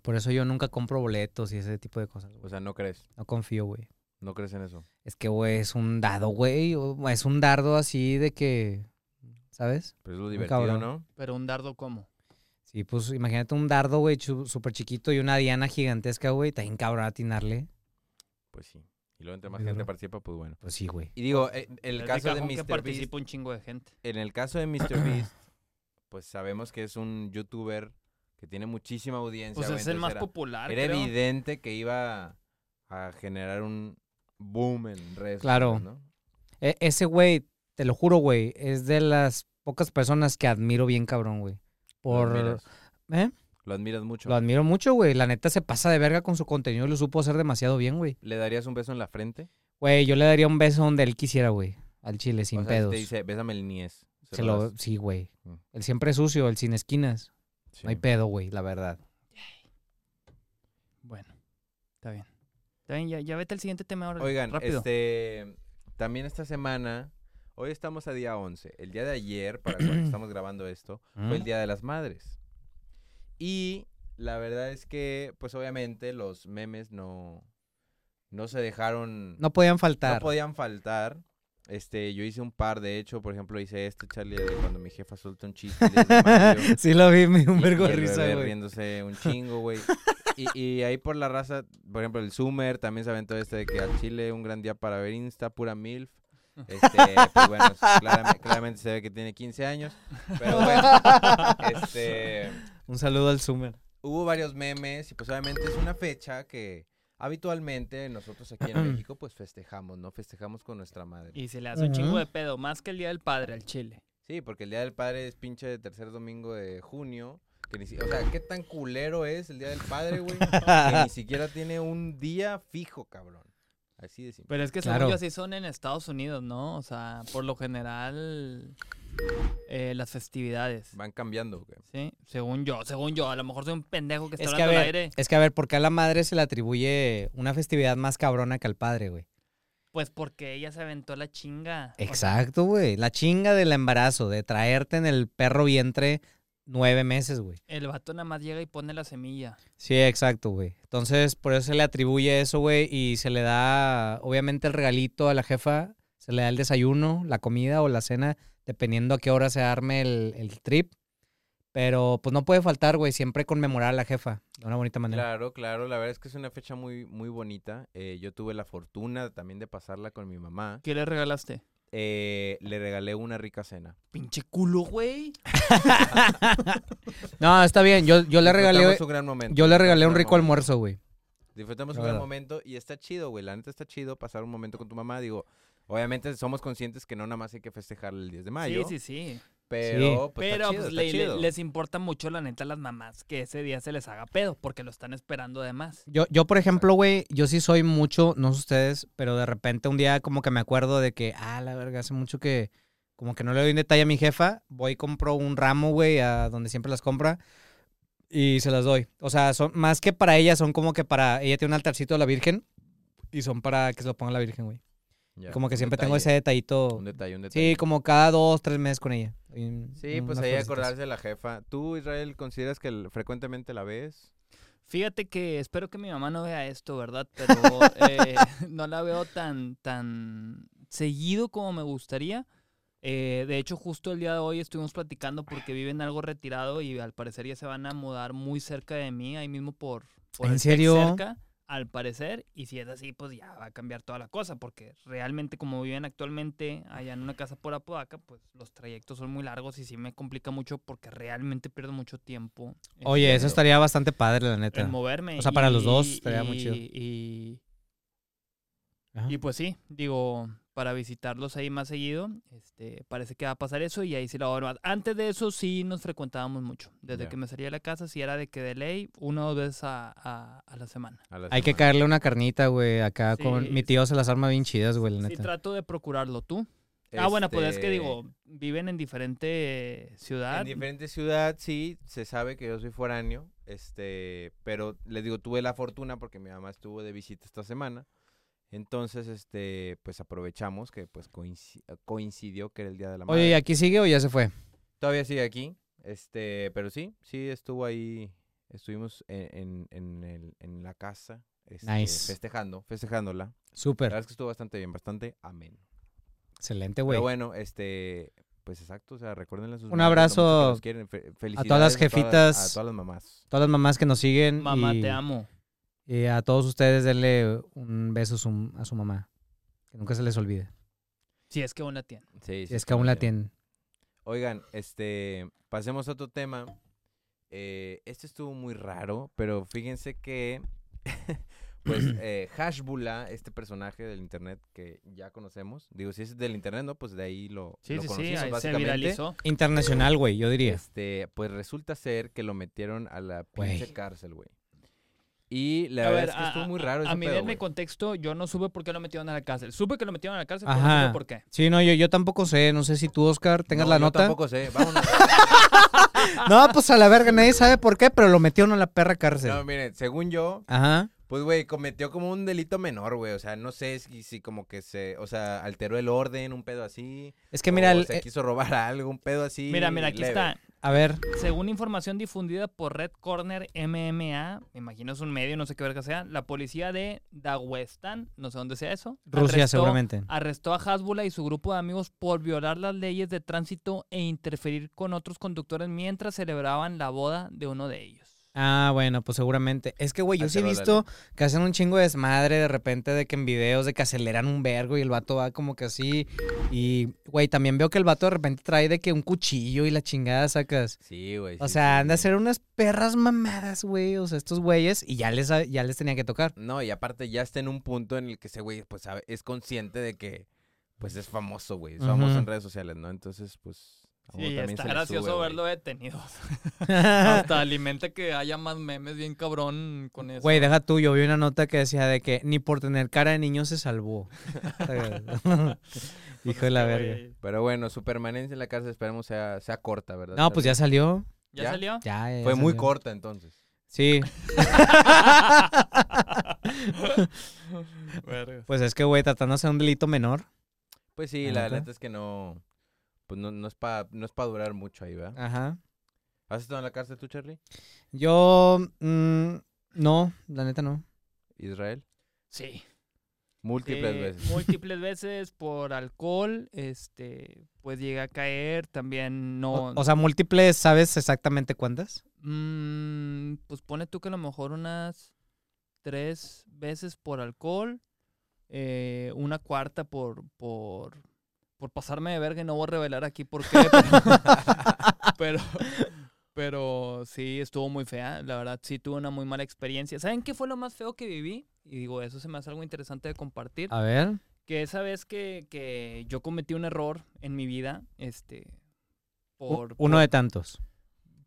B: Por eso yo nunca compro boletos y ese tipo de cosas, güey.
C: O sea, no crees.
B: No confío, güey.
C: No crees en eso.
B: Es que, güey, es un dado, güey. o- Es un dardo así de que. ¿Sabes?
C: Pero es lo
B: Muy
C: divertido,
B: cabrón.
C: ¿no?
A: Pero un dardo como.
B: Sí, pues imagínate un dardo, güey, chu- súper chiquito y una diana gigantesca, güey. Está bien cabrón atinarle.
C: Pues sí. Y luego entre más
B: Muy
C: gente
B: duro.
C: participa, pues bueno.
B: Pues sí, güey.
C: Y digo, eh, el
A: Es
C: caso de
A: cajón que
C: Mr. Beast,
A: participa un chingo de gente.
C: en el caso de Mr. Beast, pues sabemos que es un youtuber que tiene muchísima audiencia.
A: Pues
C: güey,
A: es el
C: entonces
A: más
C: era,
A: popular,
C: era
A: creo.
C: evidente que iba a generar un boom en redes.
B: Claro.
C: sociales, ¿no?
B: E- ese güey, te lo juro, güey, es de las pocas personas que admiro bien cabrón, güey.
C: Lo
B: Por.
C: admiras,
B: ¿Eh?
C: lo admiras mucho.
B: Lo admiro mucho, güey. La neta se pasa de verga con su contenido y lo supo hacer demasiado bien, güey.
C: ¿Le darías un beso en la frente?
B: Güey, yo le daría un beso donde él quisiera, güey. Al chile, sin
C: o sea, si
B: pedos.
C: te dice, bésame el niés. ¿se
B: Se
C: lo
B: lo-
C: das?
B: sí, güey.
C: Mm.
B: Él siempre es sucio, él sin esquinas.
C: Sí.
B: No hay pedo, güey, la verdad.
A: Bueno, está bien. Está bien, ya, ya vete al siguiente tema ahora.
C: Oigan,
A: rápido.
C: este también esta semana, hoy estamos a día 11. El día de ayer, para cuando estamos grabando esto, fue
B: ¿Mm?
C: el Día de las Madres. Y la verdad es que, pues obviamente, los memes no, no se dejaron.
B: No podían
C: no
B: faltar.
C: podían faltar. Este, yo hice un par, de hecho, por ejemplo, hice este, Charlie, de cuando mi jefa suelta un chiste. y le dice, "Mario",
B: sí lo vi, me dio un
C: y-
B: vergo
C: y
B: de
C: el
B: risa,
C: bebé
B: güey.
C: riéndose un chingo, güey. Y, y ahí por la raza, por ejemplo, el Sumer también se aventó este de que al Chile un gran día para ver Insta, pura MILF. Este, pues bueno, clarame- claramente, se ve que tiene 15 años. Pero bueno, este,
B: Un saludo al Sumer.
C: hubo varios memes y pues obviamente es una fecha que habitualmente nosotros aquí en México pues festejamos, ¿no? Festejamos con nuestra madre.
A: Y se le hace un chingo
B: Ujú.
A: de pedo, más que el Día del Padre al Chile.
C: Sí, porque el Día del Padre es pinche de tercer domingo de junio. Que ni si- o sea, ¿qué tan culero es el Día del Padre, güey? que ni siquiera tiene un día fijo, cabrón. Así de simple.
A: Pero es que según
B: Claro.
A: yo así son en Estados Unidos, ¿no? O sea, por lo general eh, las festividades.
B: Pues,
C: Van cambiando, güey.
A: Sí, según yo, según yo. A lo mejor soy un pendejo que está
B: Es que, a
A: hablando al
B: ver,
A: aire.
B: es que a ver, ¿por qué a la madre se le atribuye una festividad más cabrona que al padre, güey?
A: Pues porque ella se aventó la chinga. O sea,
B: Exacto, güey. La chinga del embarazo, de traerte en el perro vientre nueve meses, güey.
A: el vato nada más llega y pone la semilla.
B: Sí, exacto, güey. Entonces, por eso se le atribuye eso, güey, y se le da, obviamente, el regalito a la jefa, se le da el desayuno, la comida o la cena, dependiendo a qué hora se arme el, el trip. Pero, pues, no puede faltar, güey, siempre conmemorar a la jefa de una bonita manera.
C: Claro, claro. La verdad es que es una fecha muy, muy bonita. Eh, yo tuve la fortuna también de pasarla con mi mamá.
A: ¿Qué le regalaste?
C: Eh, le regalé una rica cena.
A: Pinche culo, güey.
B: No, está bien, yo, yo le regalé,
C: Disfrutamos un gran momento.
B: yo le regalé un
C: Disfrutamos
B: rico almuerzo, güey.
C: Disfrutamos
B: La
C: un gran
B: verdad.
C: momento y está chido, güey. La neta está chido pasar un momento con tu mamá. Digo, obviamente somos conscientes que no nada más hay que festejar el 10 de mayo.
A: Sí, sí, sí.
C: Pero, pues,
A: Pero
C: está chido,
A: pues,
C: está
A: le- le-
C: chido.
A: les importa mucho, la neta, a las mamás que ese día se les haga pedo porque lo están esperando además.
B: Yo, yo, por ejemplo, güey, yo sí soy mucho, no sé ustedes, pero de repente un día como que me acuerdo de que, ah, la verga, hace mucho que como que no le doy un detalle a mi jefa, voy y compro un ramo, güey, a donde siempre las compra y se las doy. O sea, son más que para ella, son como que para, ella tiene un altarcito a la Virgen y son para que se lo ponga la Virgen, güey.
C: Ya,
B: Como que
C: un
B: siempre tengo ese
C: detalle,
B: detallito.
C: Un detalle, un detalle.
B: Sí, como cada dos, tres meses con ella. Y un- unas
C: Sí, pues ahí
B: florecitas.
C: acordarse de la jefa. ¿Tú, Israel, consideras que el- frecuentemente la ves?
A: Fíjate que espero que mi mamá no vea esto, ¿verdad? Pero eh, no la veo tan, tan seguido como me gustaría. Eh, de hecho, justo el día de hoy estuvimos platicando porque viven algo retirado y al parecer ya se van a mudar muy cerca de mí, ahí mismo por... por
B: ¿En
A: el Tec
B: serio?
A: Cerca, al parecer. Y si es así, pues ya va a cambiar toda la cosa porque realmente como viven actualmente allá en una casa por Apodaca, pues los trayectos son muy largos y sí me complica mucho porque realmente pierdo mucho tiempo.
B: Oye, eso
A: este,
B: estaría bastante padre, la neta.
A: en moverme.
B: O sea, para los
A: y-
B: dos estaría muy chido.
A: Y,
B: Ajá.
A: y pues sí, digo, para visitarlos ahí más seguido, este, parece que va a pasar eso y ahí sí la voy a ver más. Antes de eso sí nos frecuentábamos mucho. Desde
C: Ya.
A: que me salía de la casa sí era de que de ley una o dos veces a, a- a la semana.
C: A la
B: Hay que
C: semana?
B: caerle una carnita, güey, acá
A: Sí,
B: con... Mi
A: sí.
B: tío se las arma bien chidas, güey, la
A: Sí,
B: neta.
A: trato de procurarlo tú. Ah, bueno, pues es que
C: Este,
A: digo, viven en diferente ciudad.
C: En diferente ciudad, sí, se sabe que yo soy foráneo, este, pero les digo, tuve la fortuna porque mi mamá estuvo de visita esta semana. Entonces, este, pues aprovechamos que pues coinci- coincidió que era el Día de la Madre.
B: Oye, ¿y aquí sigue o ya se fue?
C: Todavía sigue aquí, este, pero sí, sí estuvo ahí, estuvimos e-, en, en- en el- en la casa, este,
B: Nice.
C: festejando, festejándola. La
B: Súper.
C: verdad es que estuvo bastante bien, bastante amén.
B: Excelente, güey.
C: Pero bueno, este, pues exacto, o sea, recuerden sus
B: Un
C: mamás, lo
B: abrazo
C: mucho que los quieren, fe-
B: las
C: felicidades A todas, las-
B: jefitas.
C: a todas las mamás.
B: Todas las mamás que nos siguen.
A: Mamá,
B: y,
A: te amo.
B: y a todos ustedes denle un beso a su, a su mamá. Que nunca se les olvide.
A: Si es que aún la tiene.
C: Sí,
B: Si es que aún la
C: tienen.
B: tienen.
C: Oigan, este, pasemos a otro tema. Eh, este estuvo muy raro, pero fíjense que, pues, eh, Hashbula, este personaje del internet que ya conocemos, digo, si es del internet, ¿no? Pues de ahí lo,
A: Sí,
C: lo
A: sí, sí,
C: conocimos,
A: ahí se
C: básicamente.
A: viralizó.
B: Internacional, güey, yo diría.
C: Este, pues resulta ser que lo metieron a la
B: Güey.
C: pinche cárcel, güey. Y la
A: A
C: verdad
A: ver,
C: es que estuvo muy raro
A: A,
C: ese
A: mí,
C: pedo,
A: denme
C: güey.
A: contexto, yo no supe por qué lo metieron a la cárcel. Supe que lo metieron a la cárcel, pero
B: Ajá.
A: no supe por qué.
B: Sí, no, yo, yo tampoco sé. No sé si tú, Oscar, tengas
C: No,
B: la
C: yo
B: nota.
C: tampoco sé, vámonos.
B: No, pues a la verga, nadie sabe por qué, pero lo metieron a la perra cárcel.
C: no, miren, según yo,
B: Ajá.
C: Pues, güey, cometió como un delito menor, güey. O sea, no sé si, si como que se, o sea, alteró el orden, un pedo así.
B: Es que mira,
C: o
B: el-
C: se
B: eh,
C: quiso robar algo, un pedo así.
A: Mira, mira, aquí
C: leve.
A: está.
B: a ver,
A: Según información difundida por Red Corner MMA, me imagino es un medio, no sé qué verga sea, la policía de Daguestán, no sé dónde sea eso.
B: Rusia
A: arrestó-
B: seguramente.
A: Arrestó a Hasbula y su grupo de amigos por violar las leyes de tránsito e interferir con otros conductores mientras celebraban la boda de uno de ellos.
B: Ah, bueno, pues seguramente. Es que, güey, yo sí he
C: Alteró la
B: visto que hacen un chingo de desmadre de repente de que en videos de que aceleran un vergo y el vato va como que así. Y, güey, también veo que el vato de repente trae de que un cuchillo y la chingada sacas.
C: Sí, güey.
B: O
C: sí,
B: sea,
C: sí,
B: anda a
C: sí.
B: hacer unas perras mamadas, güey. O sea, estos güeyes y ya les, ya les tenía que tocar.
C: No, y aparte ya está en un punto en el que ese güey, pues, sabe- es consciente de que, pues, es famoso, güey. Es famoso
B: Ujú.
C: en redes sociales, ¿no? Entonces, pues... a uno
A: Sí,
C: también
A: está
C: se le
A: gracioso
C: sube, güey.
A: verlo detenido. Hasta alimenta que haya más memes bien cabrón con eso.
B: Güey, deja tú, yo vi una nota que decía de que ni por tener cara de niño se salvó.
A: Pues
B: Hijo de
A: es
B: la
A: que,
B: verga.
A: güey,
C: Pero bueno, su permanencia en la cárcel esperemos sea, sea corta, ¿verdad?
B: No, pues ya salió.
A: ¿Ya,
C: ¿Ya?
A: salió?
B: Ya, ya
C: Fue muy
B: salió.
C: corta, entonces.
B: Sí.
A: Verga.
B: Pues es que, güey, tratando de hacer un delito menor.
C: Pues sí,
B: La
C: la
B: neta.
C: neta es que no... Pues no, no es para no es pa durar mucho ahí, ¿verdad?
B: Ajá.
C: ¿Has estado en la cárcel tú, Charlie?
B: Yo. mm, no, la neta no.
C: Israel.
A: Sí.
C: Múltiples
A: Eh,
C: veces.
A: Múltiples veces por alcohol, este, pues llegué a caer, también no...
B: O, o sea, múltiples, ¿sabes exactamente cuántas?
A: mm, pues pone tú que a lo mejor unas tres veces por alcohol, eh, una cuarta por, por, por pasarme de verga y no voy a revelar aquí por qué, pero, pero, pero sí estuvo muy fea, la verdad sí tuve una muy mala experiencia. ¿Saben qué fue lo más feo que viví? Y digo, eso se me hace algo interesante de compartir
B: A ver.
A: que esa vez que, que yo cometí un error en mi vida, este, por,
B: Uno
A: por-
B: de tantos.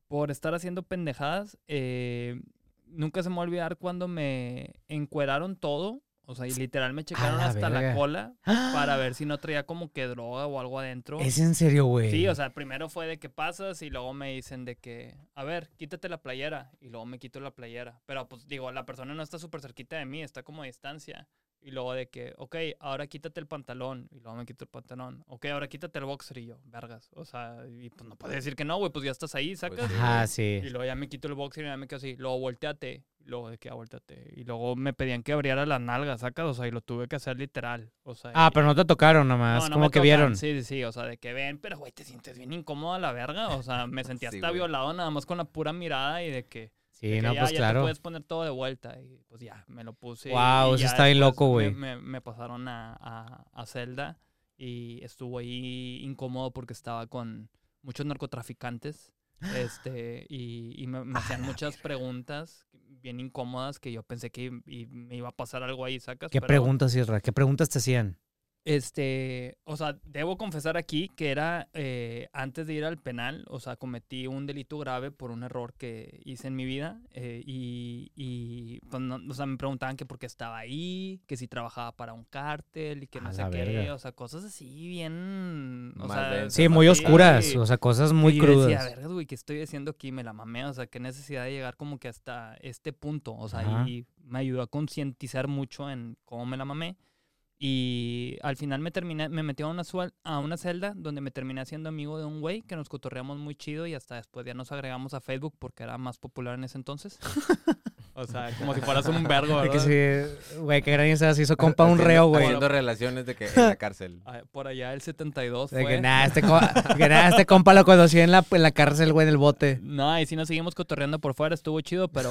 A: por estar haciendo pendejadas. eh, nunca se me va a olvidar cuando me encueraron todo. O sea, y literal me checaron
B: la
A: hasta la
B: verga.
A: cola para ver si no traía como que droga o algo adentro.
B: ¿Es en serio, güey?
A: Sí, o sea, primero fue de que pasas y luego me dicen de que, a ver, quítate la playera. Y luego me quito la playera. Pero pues digo, la persona no está súper cerquita de mí, está como a distancia. Y luego de que, ok, ahora quítate el pantalón. Y luego me quito el pantalón. Ok, ahora quítate el boxer y yo, vergas. O sea, y pues no puedes decir que no, güey, pues ya estás ahí, sacas.
C: sí.
B: Ajá, sí.
A: Y luego ya me quito el boxer y ya me quedo así. Luego volteate. Luego de que ah, volteate. Y luego me pedían que abriera las nalgas, sacas. O sea, y lo tuve que hacer literal. O sea,
B: Ah,
A: y-
B: pero no te tocaron nomás,
A: no, no
B: como
A: me
B: que
A: tocan.
B: vieron.
A: Sí, sí, sí, o sea, de que ven, pero güey, te sientes bien incómoda la verga. O sea, me sentí
C: Sí,
A: hasta
C: güey.
A: violado nada más con la pura mirada y de que, de
B: Sí,
A: que
B: no,
A: ya,
B: pues
A: ya te
B: claro.
A: puedes poner todo de vuelta. Y pues ya, me lo puse.
B: Guau,
A: y
B: eso
A: ya
B: está bien
A: después
B: loco, güey.
A: Me, me- me pasaron a, a, a Zelda y estuvo ahí incómodo porque estaba con muchos narcotraficantes. Este, y, y me, me hacían muchas preguntas bien incómodas que yo pensé que y- me iba a pasar algo ahí, sacas.
B: ¿Qué
A: pero-
B: preguntas, Isra? ¿Qué preguntas te hacían?
A: este, o sea, debo confesar aquí que era eh, antes de ir al penal, o sea, cometí un delito grave por un error que hice en mi vida eh, y, y, pues, no- o sea, me preguntaban que por qué estaba ahí, que si trabajaba para un cártel y que no
B: A
A: sé
B: la
A: qué,
B: verga.
A: o sea, cosas así bien, o
C: Más
A: sea,
C: densas,
B: Sí, muy
C: sí.
B: oscuras, o sea, cosas muy
A: y yo
B: crudas.
A: decía, verga, güey, ¿qué estoy haciendo aquí? Me la mamé, o sea, qué necesidad de llegar como que hasta este punto. O sea,
B: Ajá.
A: y me ayudó a concientizar mucho en cómo me la mamé. Y al final me terminé, me metí a una, suel- a una celda donde me terminé haciendo amigo de un güey que nos cotorreamos muy chido y hasta después ya nos agregamos a Facebook porque era más popular en ese entonces. o sea, como si fueras un vergo,
B: De
A: ¿verdad?
B: que sí, güey, qué gran idea, se hizo compa un reo, güey.
C: Haciendo relaciones de que en la cárcel.
A: Ah, Por allá el 72
B: De
A: fue.
B: que nada, este, co- que nada, este compa lo conocí en la, en la cárcel, güey, en el bote.
A: No, y sí nos seguimos cotorreando por fuera, estuvo chido, pero,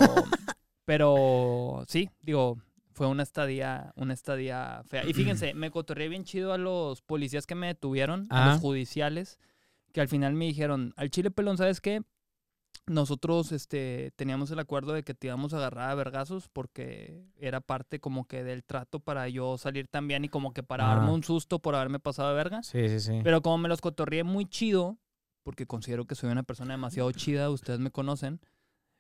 A: pero sí, digo, fue una estadía, una estadía fea. Y fíjense, me cotorreé bien chido a los policías que me detuvieron, a
B: Ajá.
A: los judiciales, que al final me dijeron, al Chile Pelón, ¿sabes qué? Nosotros este, teníamos el acuerdo de que te íbamos a agarrar a vergazos porque era parte como que del trato para yo salir también y como que para darme
B: Ah.
A: un susto por haberme pasado de verga.
B: Sí, sí, sí.
A: Pero como me los cotorrié muy chido, porque considero que soy una persona demasiado chida, ustedes me conocen,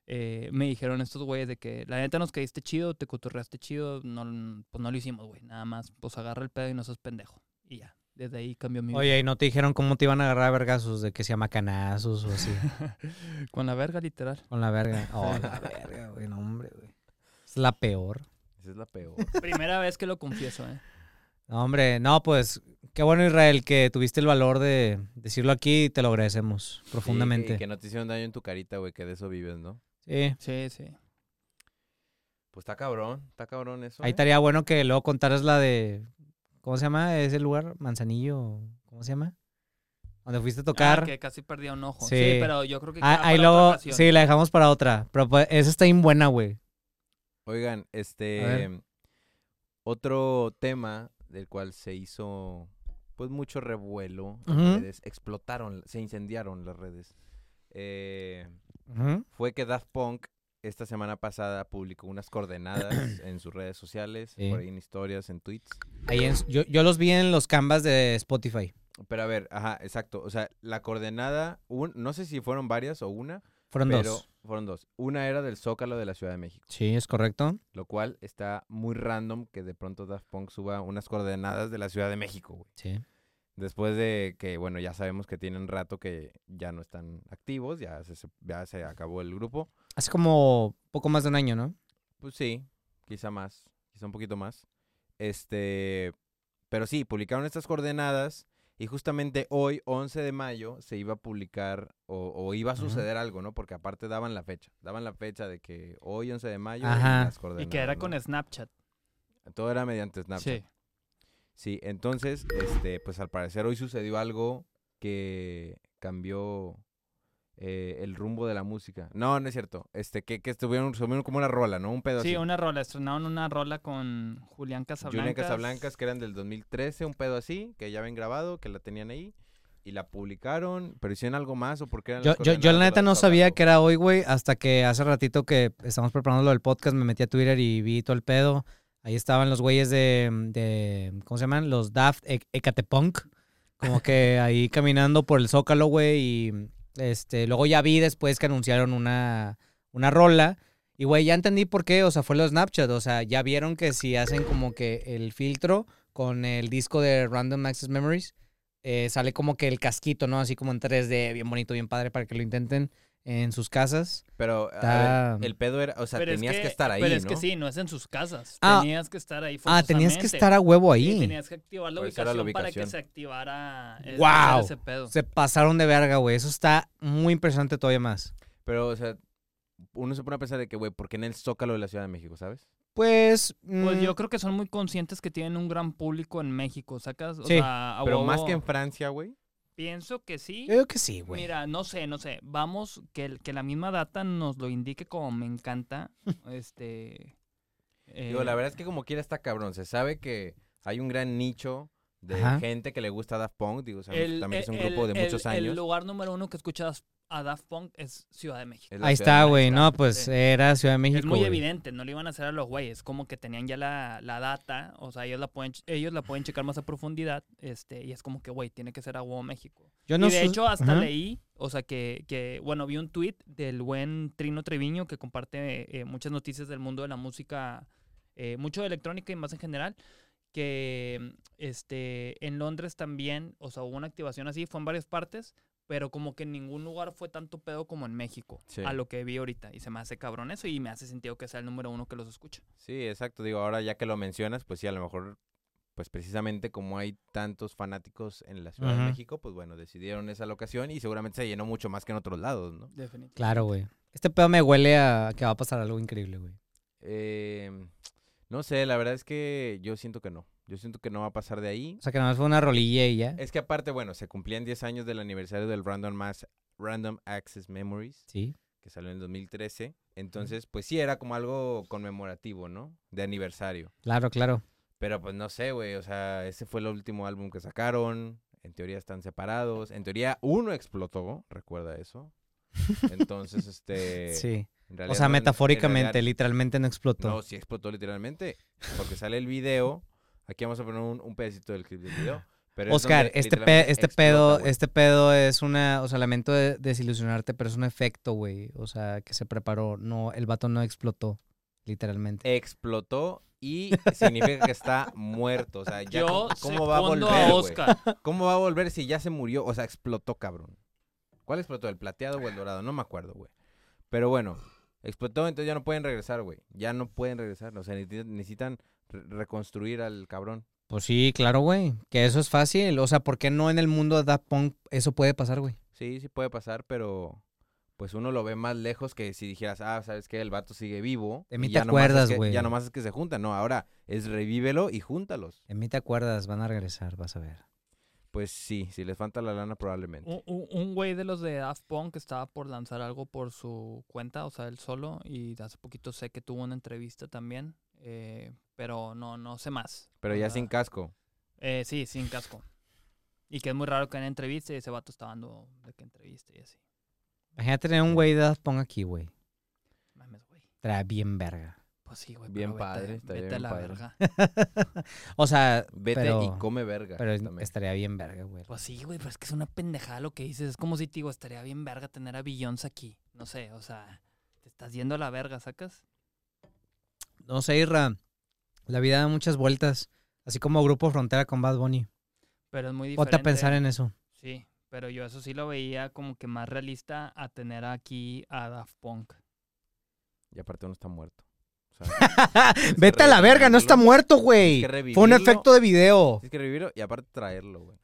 A: eh, me dijeron estos güeyes de que la neta nos caíste chido, te cotorreaste chido, no, pues no lo hicimos, güey, nada más, pues agarra el pedo y no seas pendejo. Y ya, desde ahí cambió mi vida.
B: Oye, ¿y no te dijeron cómo te iban a agarrar a vergazos? De que se llama canazos o así.
A: Con la verga, literal.
B: Con la verga. Oh, la verga, güey, no, hombre, güey. Es la peor.
C: Esa es la peor.
A: Primera vez que lo confieso, ¿eh?
B: No, hombre, no, pues qué bueno, Israel, que tuviste el valor de decirlo aquí y te lo agradecemos
C: Sí, y
B: profundamente.
C: que no te hicieron daño en tu carita, güey, que de eso vives, ¿no?
B: Sí.
A: Sí, sí.
C: Pues está cabrón, está cabrón eso.
B: Ahí
C: ¿eh?
B: estaría bueno que luego contaras la de. ¿Cómo se llama ese lugar? Manzanillo. ¿Cómo se llama? Donde fuiste a tocar.
A: Ah, que casi perdí un ojo.
B: Sí.
A: Sí, pero yo creo que...
B: Ah,
A: queda
B: ahí
A: para otra
B: luego.
A: ocasión.
B: Sí, la dejamos para otra. Pero pues, esa está bien buena, güey.
C: Oigan,
B: A
C: este
B: ver.
C: otro tema del cual se hizo pues mucho revuelo en
B: Ujú.
C: redes, explotaron, se incendiaron las redes. Eh,
B: Ujú.
C: fue que Daft Punk esta semana pasada publicó unas coordenadas en sus redes sociales,
B: Sí.
C: por ahí en historias, en tweets.
B: Ahí en- yo, yo los vi en los canvas de Spotify.
C: Pero a ver, ajá, exacto. O sea, la coordenada, un- no sé si fueron varias o una,
B: Fueron
C: pero
B: dos.
C: fueron dos. Una era del Zócalo de la Ciudad de México.
B: Sí, es correcto.
C: Lo cual está muy random que de pronto Daft Punk suba unas coordenadas de la Ciudad de México, güey.
B: Sí.
C: Después de que, bueno, ya sabemos que tienen rato que ya no están activos, ya se, se- ya se acabó el grupo.
B: Hace como poco más de un año, ¿no?
C: Pues sí, quizá más, quizá un poquito más. Este, pero sí, publicaron estas coordenadas y justamente hoy, 11 de mayo, se iba a publicar o, o iba a
B: Ajá.
C: suceder algo, ¿no? Porque aparte daban la fecha, daban la fecha de que hoy, 11 de mayo, y
B: Ajá.
C: las coordenadas.
A: Y que era con
C: ¿no?
A: Snapchat.
C: Todo era mediante Snapchat.
A: Sí.
C: Sí, entonces, este, pues al parecer hoy sucedió algo que cambió eh, el rumbo de la música. No, no es cierto. Este, que, que estuvieron, subieron como una rola, ¿no? Un pedo
A: Sí,
C: así.
A: una rola, estrenaron una rola con Julián Casablancas.
C: Julián Casablancas, que eran del 2013, un pedo así, que ya habían grabado, que la tenían ahí, y la publicaron, pero hicieron algo más o porque eran
B: Yo,
C: las
B: yo, yo la
C: coordenadas de
B: neta
C: la
B: no
C: Zócalo?
B: sabía que era hoy, güey, hasta que hace ratito que estamos preparando lo del podcast, me metí a Twitter y vi todo el pedo. Ahí estaban los güeyes de, de- ¿cómo se E-, llaman? Los Daft Ec- Ecatepunk. Como que ahí caminando por el Zócalo, güey, y Este, luego ya vi después que anunciaron una, una rola. Y, güey, ya entendí por qué, o sea, fue los Snapchat, o sea, ya vieron que si hacen como que el filtro con el disco de Random Access Memories, eh, sale como que el casquito, ¿no? Así como en 3D, bien bonito, bien padre, para que lo intenten en sus casas.
C: Pero a
B: Está-
C: ver, el pedo era, o sea,
A: Pero es
C: tenías que, estar ahí,
A: Pero
C: ¿no?
A: es que sí, no es en sus casas.
B: Ah.
A: tenías que estar ahí
B: Ah, tenías que
A: forzosamente.
B: estar a huevo
A: Sí,
B: ahí.
A: tenías que activar la
C: Por eso era
A: ubicación,
C: la
A: para que
C: ubicación.
A: se activara eh,
B: ¡Guau!
A: ese pedo.
B: Se pasaron de verga, güey. Eso está muy impresionante todavía más.
C: Pero, o sea, uno se pone a pensar de que, güey, ¿por qué en el Zócalo de la Ciudad de México, sabes?
B: Pues,
A: Pues
B: mm,
A: yo creo que son muy conscientes que tienen un gran público en México, ¿sacas? O
B: Sí,
A: sea, a
C: Pero
A: huevo,
C: más que en Eh, Francia, güey.
A: Pienso que sí.
B: yo digo que sí, güey.
A: Mira, no sé, no sé. Vamos, que, el- que la misma data nos lo indique como me encanta. este... eh,
C: Digo, la verdad es que como quiera está cabrón. Se sabe que hay un gran nicho de
B: Ajá.
C: gente que le gusta Daft Punk. Digo, sabemos que
A: el-
C: pues, también es un
A: el-
C: grupo de
A: el-
C: muchos
A: El
C: años.
A: lugar número uno que escuchas a Daft Punk es Ciudad de México. Ah,
C: Es la
B: Ahí
C: ciudad de
B: está, güey.
A: está,
B: No, pues
A: sí.
B: era Ciudad de México.
A: Es muy
B: güey.
A: evidente, no le iban a hacer a los güeyes, como que tenían ya la, la data, o sea, ellos la pueden ellos la pueden checar más a profundidad, este, y es como que, güey, tiene que ser a huevo México.
B: Yo no
A: y de
B: sé-
A: hecho hasta
B: Ajá.
A: leí, o sea, que, que, bueno, vi un tweet del buen Trino Treviño que comparte eh, muchas noticias del mundo de la música, eh, mucho de electrónica y más en general, que este, en Londres también, o sea, hubo una activación así, fue en varias partes, pero como que en ningún lugar fue tanto pedo como en México,
C: Sí.
A: a lo que vi ahorita. Y se me hace cabrón eso y me hace sentido que sea el número uno que los escucha.
C: Sí, exacto. Digo, ahora ya que lo mencionas, pues sí, a lo mejor, pues precisamente como hay tantos fanáticos en la Ciudad
B: Ujú.
C: de México, pues bueno, decidieron esa locación y seguramente se llenó mucho más que en otros lados, ¿no?
A: Definitivamente.
B: Claro, güey. Este pedo me huele a que va a pasar algo increíble, güey.
C: Eh, no sé, la verdad es que yo siento que no. Yo siento que no va a pasar de ahí.
B: O sea, que nada más fue una rolilla y ya.
C: Es que aparte, bueno, se cumplían 10 años del aniversario del Random, Mass, Random Access Memories,
B: Sí.
C: que salió en el 2013. Entonces, pues sí, era como algo conmemorativo, ¿no? De aniversario.
B: Claro, claro.
C: Pero pues no sé, güey. O sea, ese fue el último álbum que sacaron. En teoría están separados. En teoría uno explotó, recuerda eso. Entonces, este...
B: sí.
C: en
B: O
C: realidad
B: sea,
C: no- en
B: metafóricamente,
C: realidad-
B: literalmente no explotó.
C: No, sí explotó literalmente. Porque sale el video. Aquí vamos a poner un, un pedacito del clip del video. Pero es
B: Oscar,
C: donde
B: este, pe-
C: literalmente
B: este
C: explota,
B: pedo,
C: güey.
B: este pedo es una, o sea, lamento de- desilusionarte, pero es un efecto, güey. O sea, que se preparó. No, el vato no explotó, literalmente.
C: explotó y significa que está muerto. O sea, ya
A: Yo
C: cómo, cómo va a
A: secundo
C: volver, güey?
A: Oscar.
C: ¿Cómo va a volver si ya se murió? O sea, explotó, cabrón. ¿Cuál explotó? ¿El plateado o el dorado? No me acuerdo, güey. Pero bueno, explotó, entonces ya no pueden regresar, güey. Ya no pueden regresar. O sea, necesitan- necesitan re- reconstruir al cabrón.
B: Pues sí, claro, güey. Que eso es fácil. O sea, ¿por qué no en el mundo de Daft Punk eso puede pasar, güey?
C: Sí, sí puede pasar, pero pues uno lo ve más lejos que si dijeras, ah, ¿sabes qué? El vato sigue vivo.
B: De mí
C: y
B: te
C: ya nomás es
B: acuerdas,
C: que-
B: güey.
C: Ya nomás es que se juntan. No, ahora es revívelo y júntalos.
B: En mí te acuerdas, van a regresar, vas a ver.
C: Pues sí, si les falta la lana
B: Mm.
C: probablemente.
A: Un- Un un güey de los de Daft Punk que estaba por lanzar algo por su cuenta, o sea, él solo, y hace poquito sé que tuvo una entrevista también, eh, pero no, no sé más.
C: Pero
A: O
C: ya
A: sea,
C: sin casco.
A: eh, sí, sin casco. Y que es muy raro que en entrevista y ese vato está dando de que entrevista y así.
B: Imagínate tener un güey de Daft Punk aquí, güey.
A: Mames, güey.
B: Trae bien verga.
A: Pues sí, güey.
C: Bien
A: pero vete-
C: padre, está
A: vete a
C: bien
A: la
C: padre.
A: verga.
B: o sea,
C: Vete
B: Pero-
C: y come verga.
B: pero es-
C: también.
B: estaría bien verga, güey.
A: Pues sí, güey, pero es que es una pendejada lo que dices. Es como si te digo, estaría bien verga tener a Beyoncé aquí. No sé, o sea, te estás yendo a la verga, ¿sacas?
B: No sé, Irra. La vida da muchas vueltas. Así como Grupo Frontera con Bad Bunny.
A: Pero es muy diferente.
B: Ponte a pensar en eso.
A: Sí, pero yo eso sí lo veía como que más realista a tener aquí a Daft Punk.
C: Y aparte uno está muerto. O sea,
A: Pues,
B: Vete a la verga, no está
C: revivirlo.
B: muerto, güey.
C: Tienes que
B: Fue un
C: revivirlo.
B: efecto de video.
C: tienes que revivirlo y aparte traerlo, güey.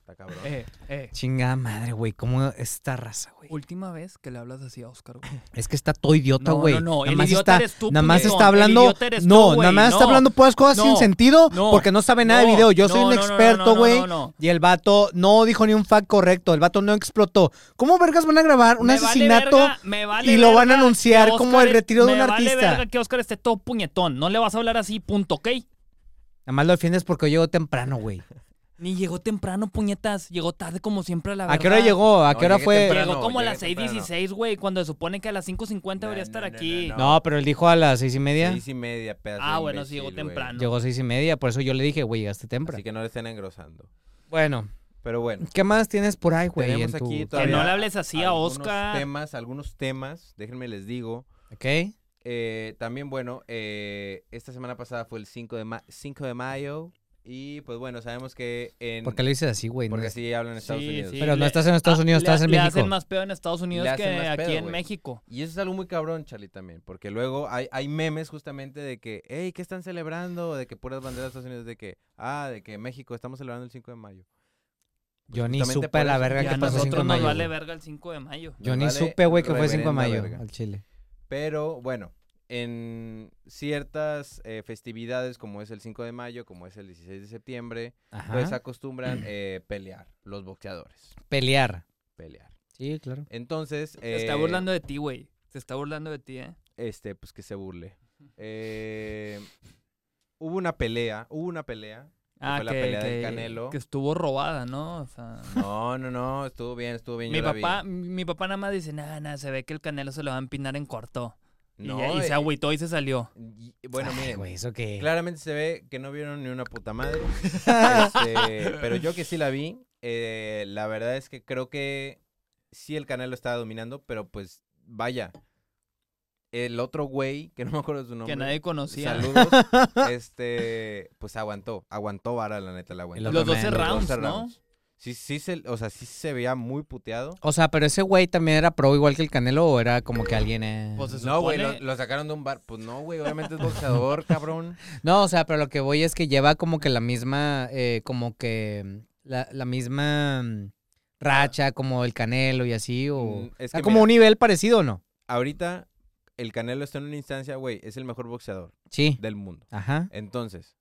C: Está cabrón.
A: Eh, eh.
B: Chingada madre, güey. ¿Cómo esta raza, güey?
A: Última vez que le hablas así a Oscar, güey.
B: Es que está todo idiota,
A: No,
B: güey.
A: no, no,
B: Nada
A: el
B: más
A: idiota
B: está,
A: eres tú,
B: nada más
A: puñetón.
B: está
A: El
B: hablando.
A: idiota eres tú,
B: No,
A: güey,
B: nada más está
A: no.
B: hablando puras cosas sin
A: No,
B: sentido
A: no,
B: porque no sabe nada de video. Yo soy
A: no,
B: un
A: no, no, no,
B: experto,
A: no,
B: güey.
A: no, no.
B: Y el vato no dijo ni un fact correcto. El vato no explotó. ¿Cómo vergas van a grabar un
A: Me vale
B: asesinato?
A: verga, me vale
B: y lo van a
A: verga que
B: anunciar como el
A: es-
B: retiro de un
A: Me
B: artista.
A: vale verga que Oscar esté todo puñetón. No le vas a hablar así, punto, ¿ok?
B: Nada más lo defiendes porque llegó temprano, güey.
A: Ni llegó temprano, puñetas. Llegó tarde como siempre a la verdad.
B: ¿A qué hora llegó? ¿A
C: No,
B: qué hora
C: llegué
B: fue?
C: temprano.
A: Llegó como a
C: llegué
A: las
C: temprano.
A: 6.16, güey, cuando se supone que a las 5.50 debería
C: No,
A: estar
C: no, no,
A: aquí.
C: no,
B: No, pero él dijo a las seis y media.
C: Seis y media, pedazo
A: Ah,
C: de
A: bueno, sí, llegó
C: imbécil, güey.
A: temprano.
B: Llegó seis y media, por eso yo le dije, güey, llegaste temprano.
C: Así que no le estén engrosando.
B: Bueno,
C: Pero bueno,
B: ¿Qué más tienes por ahí, güey?
C: tenemos
B: en tu-
C: aquí
A: Que
C: todavía
A: no le hables así a
C: algunos
A: Oscar.
C: Temas, algunos temas, déjenme les digo.
B: Ok.
C: Eh, también, bueno, eh, esta semana pasada fue el 5 de, ma- 5 de mayo. Y pues bueno, sabemos que en.
B: ¿Por qué lo dices así, güey? No
C: porque
B: es-
C: así hablan en Estados
A: Sí,
C: Unidos.
A: sí,
B: Pero no
A: le-
B: estás en Estados
A: ah,
B: Unidos,
A: le-
B: estás en
A: le
B: México.
A: hacen más pedo en Estados Unidos
C: Le hacen
A: que
C: más
A: aquí
C: pedo,
A: en
C: güey.
A: México.
C: Y eso es algo muy cabrón, Charlie, también. Porque luego hay, hay memes justamente de que, hey, ¿qué están celebrando? De que puras banderas de Estados Unidos, de que, ah, de que México estamos celebrando el 5 de mayo.
B: Yo ni
C: justamente
B: supe a
C: por
B: la
C: eso.
B: verga
C: Ya
A: Y
B: que
A: a
B: pasó 5 de
A: nosotros nos
B: mayo.
A: vale
B: güey.
A: verga el 5 de mayo.
B: Yo
C: Nos
B: ni
C: vale
B: supe, güey, que fue 5 de
C: reverenda
B: mayo
C: verga.
B: al Chile.
C: Pero bueno, en ciertas eh, festividades como es el 5 de mayo, como es el 16 de septiembre,
B: Ajá.
C: pues acostumbran eh, pelear, los boxeadores,
B: Pelear.
C: pelear.
B: Sí, claro.
C: Entonces,
A: Se está
C: eh,
A: burlando de ti, güey. Se está burlando de ti, ¿eh?
C: este, pues que se burle. Eh, hubo una pelea, hubo una pelea. fue la pelea del Canelo.
A: Ah, que estuvo robada, ¿no? O sea,
C: No, no, no, estuvo bien, estuvo bien.
A: mi
C: yo la vi.
A: papá, mi papá nada más dice, nada, nada, se ve que el Canelo se lo va a empinar en corto. Y
C: No,
A: ya- y, se
C: eh,
A: agüitó y se salió.
C: y- bueno,
B: Ay,
C: miren,
B: güey, eso que...
C: claramente se ve que no vieron ni una puta madre. Este, pero yo que sí la vi, eh, la verdad es que creo que sí el canal lo estaba dominando, pero pues vaya. El otro güey, que no me acuerdo su nombre.
A: que nadie conocía.
C: Saludos. este, pues aguantó, aguantó vara, la neta, la aguantó.
B: El
A: Los
B: otro
A: 12
B: man, los
A: rounds,
C: 12
A: ¿no?
C: rounds. Sí, sí, se, o sea, sí se veía muy puteado.
B: O sea, pero ese güey también era pro igual que el Canelo o era como que alguien... eh?
A: Pues se
C: No, güey,
A: supone-
C: lo, lo sacaron de un bar. Pues no, güey, obviamente es boxeador, cabrón.
B: No, o sea, pero lo que voy es que lleva como que la misma, eh, como que mm, la, la misma mm, racha, como el Canelo y así, o...
C: Mm, es
B: Está
C: que
B: como
C: mira.
B: un nivel parecido, ¿o ¿no?
C: Ahorita el Canelo está en una instancia, güey, es el mejor boxeador
B: Sí.
C: del mundo.
B: Ajá.
C: Entonces,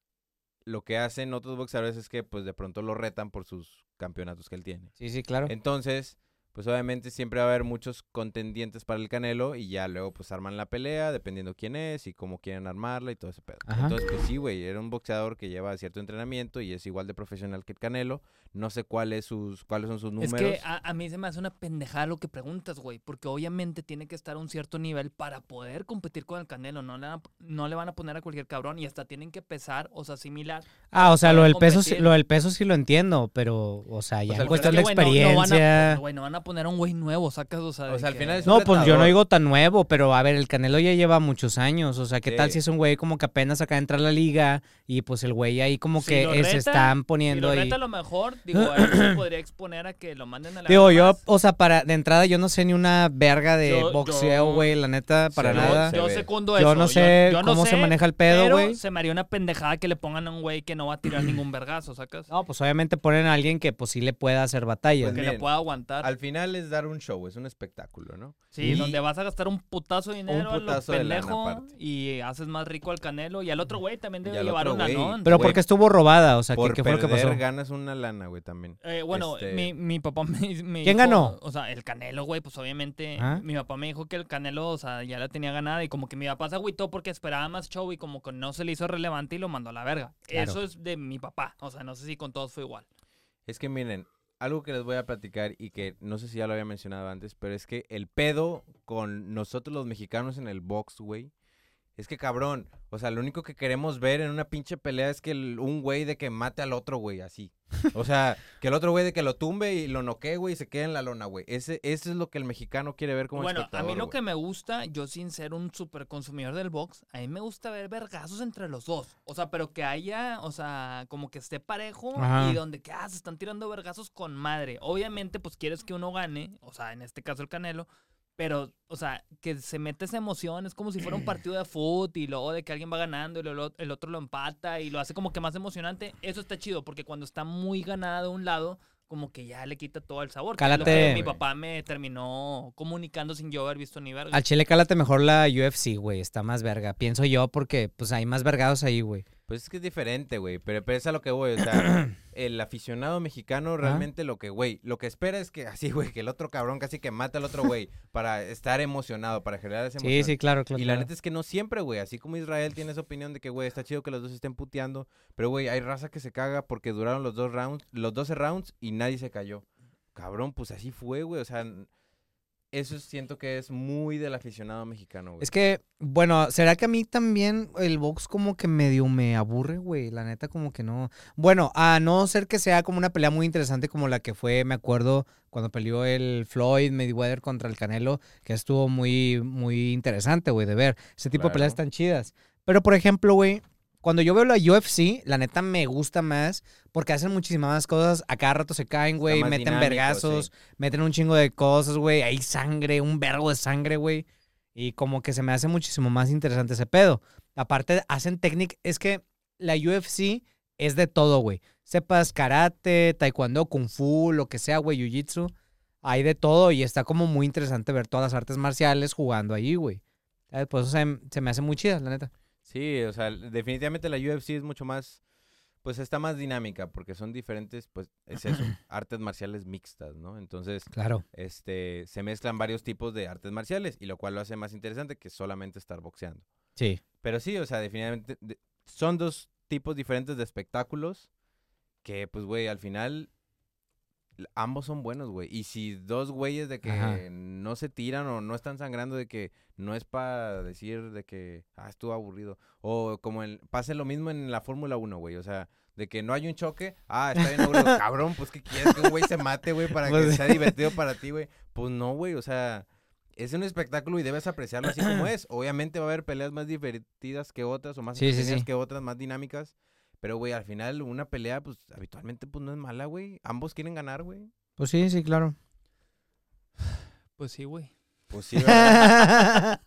C: lo que hacen otros boxeadores es que, pues, de pronto lo retan por sus campeonatos que él tiene.
B: Sí, sí,
C: Eh,
B: claro.
C: Entonces, pues, obviamente siempre va a haber muchos contendientes para el Canelo y ya luego, pues, arman la pelea dependiendo quién es y cómo quieren armarla y todo ese pedo.
B: Ajá.
C: Entonces, pues sí, güey, era un boxeador que lleva cierto entrenamiento y es igual de profesional que el Canelo. No sé cuál es sus, cuáles son sus números.
A: Es que a, a mí se me hace una pendejada lo que preguntas, güey, porque obviamente tiene que estar a un cierto nivel para poder competir con el Canelo, no le, van a- no le van a poner a cualquier cabrón y hasta tienen que pesar, o sea, similar.
B: Ah, o sea,
A: para
B: lo del, peso, sí-
A: competir.
B: lo del peso sí lo entiendo, pero, o sea, ya
C: Pues
B: en
C: al
B: cuestión de
C: final-
A: no, van a,
B: experiencia...
A: güey, no van a poner a un güey nuevo, sacas, o sea,
C: O
A: de
C: sea, al
A: que-
C: final es-
B: No, pues yo no
C: retador.
B: digo tan nuevo, pero a ver, el Canelo ya lleva muchos años. O sea, ¿qué tal
C: Sí.
B: si es un güey como que apenas acaba de entrar a la liga y pues el güey ahí como
A: Si
B: que
A: lo
B: eh,
A: retan,
B: se están
A: Si
B: poniendo
A: lo
B: ahí?
A: reta a lo mejor, digo, a él se podría exponer a que lo manden a la
B: Digo, yo,
A: más.
B: o sea, para de entrada yo no sé ni una verga de
A: Yo-
B: boxeo,
A: yo-
B: güey, la neta, para
C: yo-
B: nada.
A: Yo
C: Se ve.
A: secundo eso.
B: Yo no sé
A: yo no
B: cómo se
A: sé,
B: maneja el pedo,
A: pero
B: güey.
A: se me haría una pendejada que le pongan a un güey que no va a tirar ningún vergazo, sacas.
B: No, pues obviamente ponen a alguien que pues sí le pueda hacer batalla.
A: que
C: Pues,
A: le
C: miren,
A: pueda aguantar.
C: Al final es dar un show, es un espectáculo, ¿no?
A: Sí,
C: Y-
A: donde vas a gastar un putazo de dinero
C: Un putazo
A: a
C: de
A: lo
C: lana,
A: pendejo
C: aparte.
A: y haces más rico al canelo. Y al otro güey también
C: Y
A: debe
C: al
A: llevar
C: otro
A: una,
C: güey.
A: ¿no?
B: pero
C: güey,
B: porque estuvo robada, o sea, ¿qué,
C: Por
B: qué fue lo que
C: perder
B: pasó?
C: ganas una lana, güey, también.
A: Eh, bueno,
C: Este-
A: mi, mi papá me, me dijo-
B: ¿Quién ganó?
A: O sea, el Canelo, güey, pues obviamente
B: ¿Ah?
A: mi papá me dijo que el Canelo, o sea, ya la tenía ganada y como que mi papá se agüitó porque esperaba más show y como que no se le hizo relevante y lo mandó a la verga.
B: Claro.
A: Eso es de mi papá, o sea, no sé si con todos fue igual.
C: Es que miren, algo que les voy a platicar y que no sé si ya lo había mencionado antes, pero es que el pedo con nosotros los mexicanos en el box, güey, es que cabrón, o sea, lo único que queremos ver en una pinche pelea es que el- un güey de que mate al otro güey, así. O sea, que el otro güey de que lo tumbe y lo noquee, güey, y se quede en la lona, güey. Ese, ese es lo que el mexicano quiere ver como
A: bueno, a
C: espectador,
A: mí lo
C: güey.
A: que me gusta, yo sin ser un super consumidor del box, a mí me gusta ver vergazos entre los dos. O sea, pero que haya, o sea, como que esté parejo
B: Ajá.
A: y donde que ah, se están tirando vergazos con madre. Obviamente, pues quieres que uno gane, o sea, en este caso el Canelo. Pero, o sea, que se mete esa emoción, es como si fuera un partido de fútbol y luego de que alguien va ganando y luego el otro lo empata y lo hace como que más emocionante. Eso está chido, porque cuando está muy ganada de un lado, como que ya le quita todo el sabor. que es lo que
B: Cálate.
A: mi papá me terminó comunicando sin yo haber visto ni verga.
B: Al Chile cálate mejor la UFC, güey, está más verga. Pienso yo porque pues hay más vergados ahí, güey.
C: Pues es que es diferente, güey. Pero, pero es a lo que voy. O sea, el aficionado mexicano realmente lo que, güey, lo que espera es que así, güey, que el otro cabrón casi que mata al otro güey para estar emocionado, para generar esa
B: Sí,
C: emoción.
B: sí, claro, claro.
C: Y la
B: claro.
C: neta es que no siempre, güey. Así como Israel tiene esa opinión de que, güey, está chido que los dos estén puteando. Pero, güey, hay raza que se caga porque duraron los dos rounds, los 12 rounds y nadie se cayó. Cabrón, pues así fue, güey. O sea, n- Eso siento que es muy del aficionado mexicano, güey.
B: Es que, bueno, ¿será que a mí también el box como que medio me aburre, güey? La neta como que no. Bueno, a no ser que sea como una pelea muy interesante como la que fue, me acuerdo, cuando peleó el Floyd Mayweather contra el Canelo, que estuvo muy, muy interesante, güey, de ver. Ese tipo de peleas
C: Claro.
B: tan chidas. Pero, por ejemplo, güey, cuando yo veo la UFC, la neta me gusta más porque hacen muchísimas más cosas. A cada rato se caen, güey,
C: más
B: meten
C: dinámico,
B: vergazos, meten un chingo de cosas, güey. Hay sangre, un vergo de sangre, güey. Y como que se me hace muchísimo más interesante ese pedo. Aparte, hacen técnica. Es que la UFC es de todo, güey. Sepas karate, taekwondo, kung fu, lo que sea, güey, jiu-jitsu. Hay de todo y está como muy interesante ver todas las artes marciales jugando ahí, güey. pues, ¿Sabes? Por eso se, em, se me hace muy chida, la neta.
C: Sí, o sea, definitivamente la UFC es mucho más, pues está más dinámica, porque son diferentes, pues es eso, artes marciales mixtas, ¿no? Entonces,
B: Claro.
C: este, se mezclan varios tipos de artes marciales, y lo cual lo hace más interesante que solamente estar boxeando.
B: Sí.
C: Pero sí, o sea, definitivamente de- son dos tipos diferentes de espectáculos que, pues, güey, al final l- ambos son buenos, güey. Y si dos güeyes de que
B: Ajá.
C: no se tiran o no están sangrando, de que no es para decir de que, ah, estuvo aburrido. O como en, pasa lo mismo en la Fórmula 1, güey. O sea, de que no hay un choque, ah, está bien aburrido. Cabrón, pues, ¿qué quieres que un güey se mate, güey, para que
B: Pues-
C: sea divertido para ti, güey? Pues no, güey, o sea... Es un espectáculo y debes apreciarlo así como es. Obviamente va a haber peleas más divertidas que otras o más
B: Sí, sí,
C: entretenidas
B: sí.
C: que otras, más dinámicas. Pero, güey, al final una pelea, pues, habitualmente, pues, no es mala, güey. Ambos quieren ganar, güey.
B: Pues sí, sí, claro.
A: Pues sí, güey.
C: Pues sí, ¿verdad?